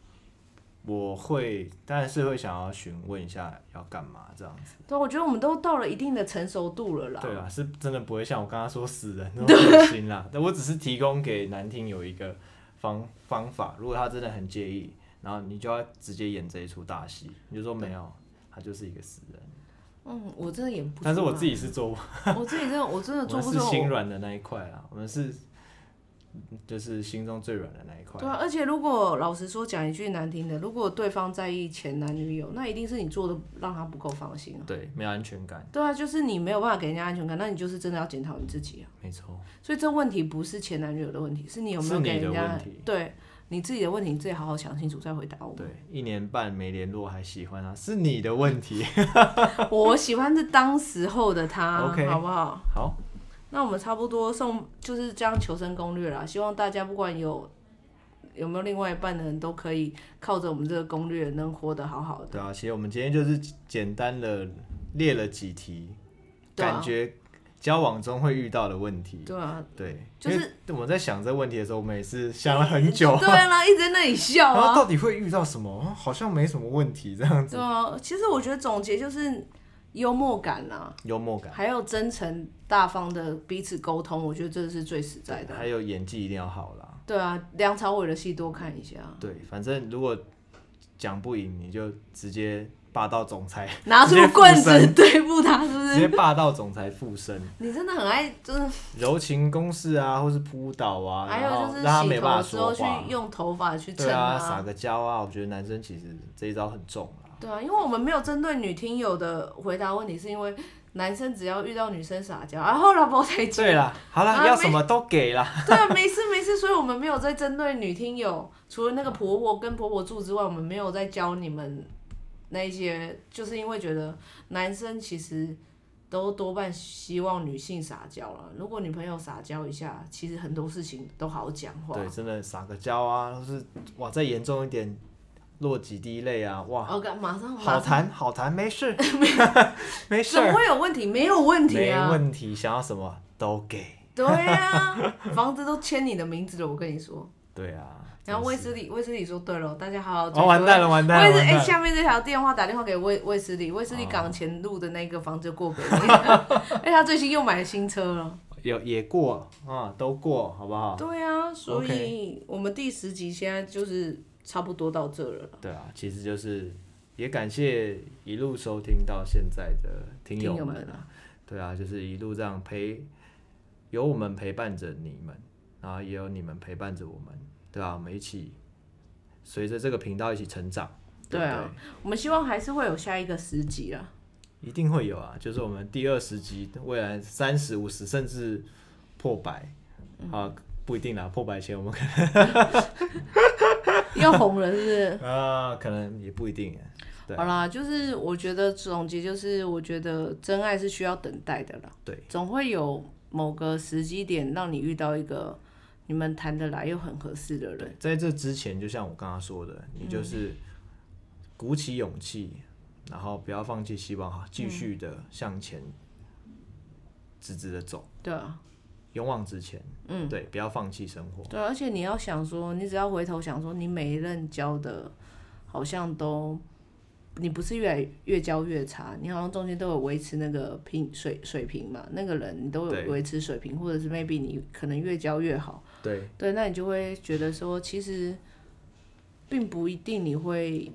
[SPEAKER 1] 我会，但是会想要询问一下要干嘛这样子。
[SPEAKER 2] 对，啊我觉得我们都到了一定的成熟度了啦。
[SPEAKER 1] 对啊啦，是真的不会像我刚刚说死人那么恶 心啦。但我只是提供给男听友一个方方法，如果他真的很介意，然后你就要直接演这一出大戏，你就说没有，他就是一个死人。
[SPEAKER 2] 嗯，我真的演不出来。
[SPEAKER 1] 但是我自
[SPEAKER 2] 己，
[SPEAKER 1] 己是做，
[SPEAKER 2] 我自己真的，我真的
[SPEAKER 1] 我
[SPEAKER 2] 做
[SPEAKER 1] 们
[SPEAKER 2] 不
[SPEAKER 1] 是
[SPEAKER 2] 出来。
[SPEAKER 1] 心软的那一块啦，我们是就是心中最软的那一块
[SPEAKER 2] 对。啊，而且如果老实说，讲一句难听的，如果对方在意前男女友，那一定是你做的让他不够放心啊。
[SPEAKER 1] 对，没有安全感，
[SPEAKER 2] 对啊，就是你没有办法给人家安全感，那你就是真的要检讨你自己啊。
[SPEAKER 1] 没错，
[SPEAKER 2] 所以这问题不是前男女友的问题，是你有没
[SPEAKER 1] 是
[SPEAKER 2] 有
[SPEAKER 1] 你
[SPEAKER 2] 给
[SPEAKER 1] 的
[SPEAKER 2] 人家
[SPEAKER 1] 问题
[SPEAKER 2] 对你自己的问题，你自己好好想清楚再回答我们
[SPEAKER 1] 对。，一年半没联络还喜欢他，啊是你的 问题。
[SPEAKER 2] 我喜欢是当时候的他
[SPEAKER 1] OK
[SPEAKER 2] 好不好？
[SPEAKER 1] 好，
[SPEAKER 2] 那我们差不多送就是这样求生攻略啦。希望大家不管有有没有另外一半的人，都可以靠着我们这个攻略能活得好好的。
[SPEAKER 1] 对啊，其实我们今天就是简单的列了几题，
[SPEAKER 2] 对啊
[SPEAKER 1] 感觉交往中会遇到的问题。
[SPEAKER 2] 对啊，
[SPEAKER 1] 对，
[SPEAKER 2] 就是
[SPEAKER 1] 因为我们在想这问题的时候，我们也是想了很 久，
[SPEAKER 2] 对啊啦，一直在那里笑
[SPEAKER 1] 然后
[SPEAKER 2] 啊，
[SPEAKER 1] 到底会遇到什么？好像没什么问题这样
[SPEAKER 2] 对
[SPEAKER 1] 子。
[SPEAKER 2] 啊。其实我觉得总结就是幽默感啦、
[SPEAKER 1] 幽默感，
[SPEAKER 2] 还有真诚大方的彼此沟通，我觉得这是最实在的。
[SPEAKER 1] 还有演技一定要好啦。
[SPEAKER 2] 对啊，梁朝伟的戏多看一下，
[SPEAKER 1] 对，反正如果讲不赢，你就直接霸道总 裁，
[SPEAKER 2] 拿出
[SPEAKER 1] 直接附
[SPEAKER 2] 棍子
[SPEAKER 1] 身
[SPEAKER 2] 对付他，是不
[SPEAKER 1] 直接
[SPEAKER 2] 是？
[SPEAKER 1] 霸道总裁附身，
[SPEAKER 2] 你真的很爱，就是
[SPEAKER 1] 柔情攻势啊，或是扑倒啊，
[SPEAKER 2] 还
[SPEAKER 1] 然
[SPEAKER 2] 有
[SPEAKER 1] 后
[SPEAKER 2] 就是
[SPEAKER 1] 让他
[SPEAKER 2] 洗
[SPEAKER 1] 没
[SPEAKER 2] 头
[SPEAKER 1] 办法
[SPEAKER 2] 的时候
[SPEAKER 1] 说
[SPEAKER 2] 去
[SPEAKER 1] 话。
[SPEAKER 2] 用头发去蹭
[SPEAKER 1] 对啊，撒个娇啊，我觉得男生其实这一招很重啦。
[SPEAKER 2] 对啊，因为我们没有针对女听友的回答问题，是因为男生只要遇到女生撒娇，然后老婆才接。
[SPEAKER 1] 对啦，好啦，
[SPEAKER 2] 啊
[SPEAKER 1] 要
[SPEAKER 2] 没
[SPEAKER 1] 什么都给啦。
[SPEAKER 2] 对啊，没事没事，所以我们没有在针对女听友，除了那个婆婆跟婆婆住之外，我们没有在教你们那一些，就是因为觉得男生其实都多半希望女性撒娇了。如果女朋友撒娇一下，其实很多事情都好讲话。
[SPEAKER 1] 对，真的撒个娇啊，或是哇，再严重一点，落几滴泪啊，哇，
[SPEAKER 2] OK，马哦上
[SPEAKER 1] 好
[SPEAKER 2] 马上，
[SPEAKER 1] 谈好谈，没 事， 没事
[SPEAKER 2] 怎么
[SPEAKER 1] 儿，
[SPEAKER 2] 会有问题？没有问题
[SPEAKER 1] 没
[SPEAKER 2] 啊。
[SPEAKER 1] 问题，想要什么都给。
[SPEAKER 2] 对 啊，房子都签你的名字了，我跟你说。
[SPEAKER 1] 对啊，
[SPEAKER 2] 然后
[SPEAKER 1] 真
[SPEAKER 2] 卫
[SPEAKER 1] 是
[SPEAKER 2] 斯理，卫斯理说对了，大家好好。
[SPEAKER 1] 哦，完蛋了，完蛋
[SPEAKER 2] 卫
[SPEAKER 1] 了，
[SPEAKER 2] 斯
[SPEAKER 1] 完
[SPEAKER 2] 哎、
[SPEAKER 1] 蛋了，
[SPEAKER 2] 下面这条电话打电话给卫卫斯理，卫斯理
[SPEAKER 1] 哦
[SPEAKER 2] 港前路的那个房子过给 你。 哎、他最近又买了新车了。
[SPEAKER 1] 有也过啊，都过，好不好？
[SPEAKER 2] 对啊，所以我们第十集现在就是差不多到这了。
[SPEAKER 1] 对啊，其实就是也感谢一路收听到现在的听友
[SPEAKER 2] 听友
[SPEAKER 1] 们
[SPEAKER 2] 们
[SPEAKER 1] 啊，对啊，就是一路这样陪，有我们陪伴着你们，然后也有你们陪伴着我们，对啊，我们一起随着这个频道一起成长，对
[SPEAKER 2] 对
[SPEAKER 1] 不
[SPEAKER 2] 啊，我们希望还是会有下一个十集啊啦。
[SPEAKER 1] 对一定会有啊，就是我
[SPEAKER 2] 嗯
[SPEAKER 1] 们第二十集，未来三十、五十甚至破百，啊，不一定啦，破百前我们 可
[SPEAKER 2] 要红了是不是？
[SPEAKER 1] 能啊、可能也不一定。啊对
[SPEAKER 2] 好啦，就是我觉得总结就是，我觉得真爱是需要等待的啦，
[SPEAKER 1] 对，
[SPEAKER 2] 总会有某个时机点让你遇到一个你们谈得来又很合适的人。
[SPEAKER 1] 在这之前，就像我刚刚说的，你
[SPEAKER 2] 嗯
[SPEAKER 1] 就是鼓起勇气，然后不要放弃希望，
[SPEAKER 2] 嗯
[SPEAKER 1] 继续的向前，直直的走，
[SPEAKER 2] 对啊，
[SPEAKER 1] 勇往直前。
[SPEAKER 2] 嗯，
[SPEAKER 1] 对，不要放弃生活。
[SPEAKER 2] 对啊，而且你要想说，你只要回头想说，你每一任交的，好像都，你不是越来越交越差，你好像中间都有维持那个平水水平嘛，那个人你都
[SPEAKER 1] 对
[SPEAKER 2] 有维持水平，或者是 maybe 你可能越交越好，
[SPEAKER 1] 对，
[SPEAKER 2] 对，那你就会觉得说，其实，并不一定你会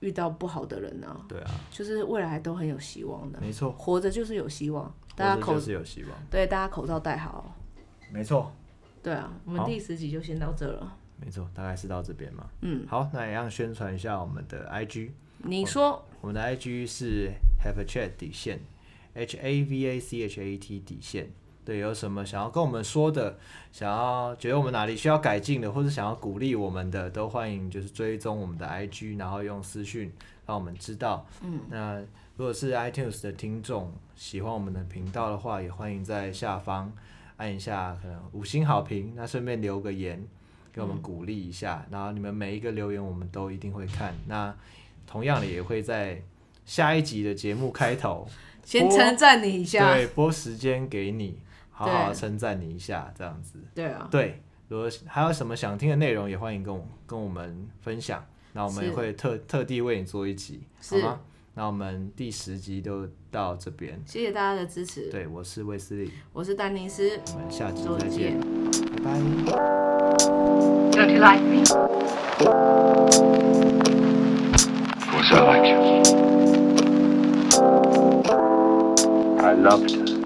[SPEAKER 2] 遇到不好的人啊，
[SPEAKER 1] 对啊，
[SPEAKER 2] 就是未来都很有希望的，
[SPEAKER 1] 没错，
[SPEAKER 2] 活着就是有希望，大家
[SPEAKER 1] 活着
[SPEAKER 2] 口嗯
[SPEAKER 1] 就是有希望。
[SPEAKER 2] 对大家口罩戴好，
[SPEAKER 1] 没错，
[SPEAKER 2] 对啊，我们
[SPEAKER 1] 好
[SPEAKER 2] 第十集就先到这了，
[SPEAKER 1] 没错，大概是到这边嘛。
[SPEAKER 2] 嗯，
[SPEAKER 1] 好，那也让宣传一下我们的 IG。哦
[SPEAKER 2] 你说。
[SPEAKER 1] 我们的 IG 是 have a chat 底线，H A V A C H A T 底线。对，有什么想要跟我们说的，想要觉得我们哪里需要改进的，或者想要鼓励我们的，都欢迎就是追踪我们的 IG，然后用私讯让我们知道。嗯，那如果是 iTunes 的听众喜欢我们的频道的话，也欢迎在下方按一下可能五星好评，那顺便留个言给我们鼓励一下。然后你们每一个留言我们都一定会看。那同样的也会在下一集的节目开头，
[SPEAKER 2] 先称赞你一下。
[SPEAKER 1] 对，拨时间给你，好好
[SPEAKER 2] 对
[SPEAKER 1] 称赞你一下，这样子。
[SPEAKER 2] 对啊，
[SPEAKER 1] 对，如果还有什么想听的内容，也欢迎跟我跟我们分享，那我们也
[SPEAKER 2] 是
[SPEAKER 1] 会特特地为你做一集，好
[SPEAKER 2] 是
[SPEAKER 1] 吗？那我们第十集就到这边。
[SPEAKER 2] 谢谢大家的支持。
[SPEAKER 1] 对，我是卫斯理，
[SPEAKER 2] 我是丹尼斯，
[SPEAKER 1] 我们下集
[SPEAKER 2] 周
[SPEAKER 1] 再
[SPEAKER 2] 见，。
[SPEAKER 1] 见拜拜。
[SPEAKER 2] Don't you like me?
[SPEAKER 3] Of course I liked you. I loved her.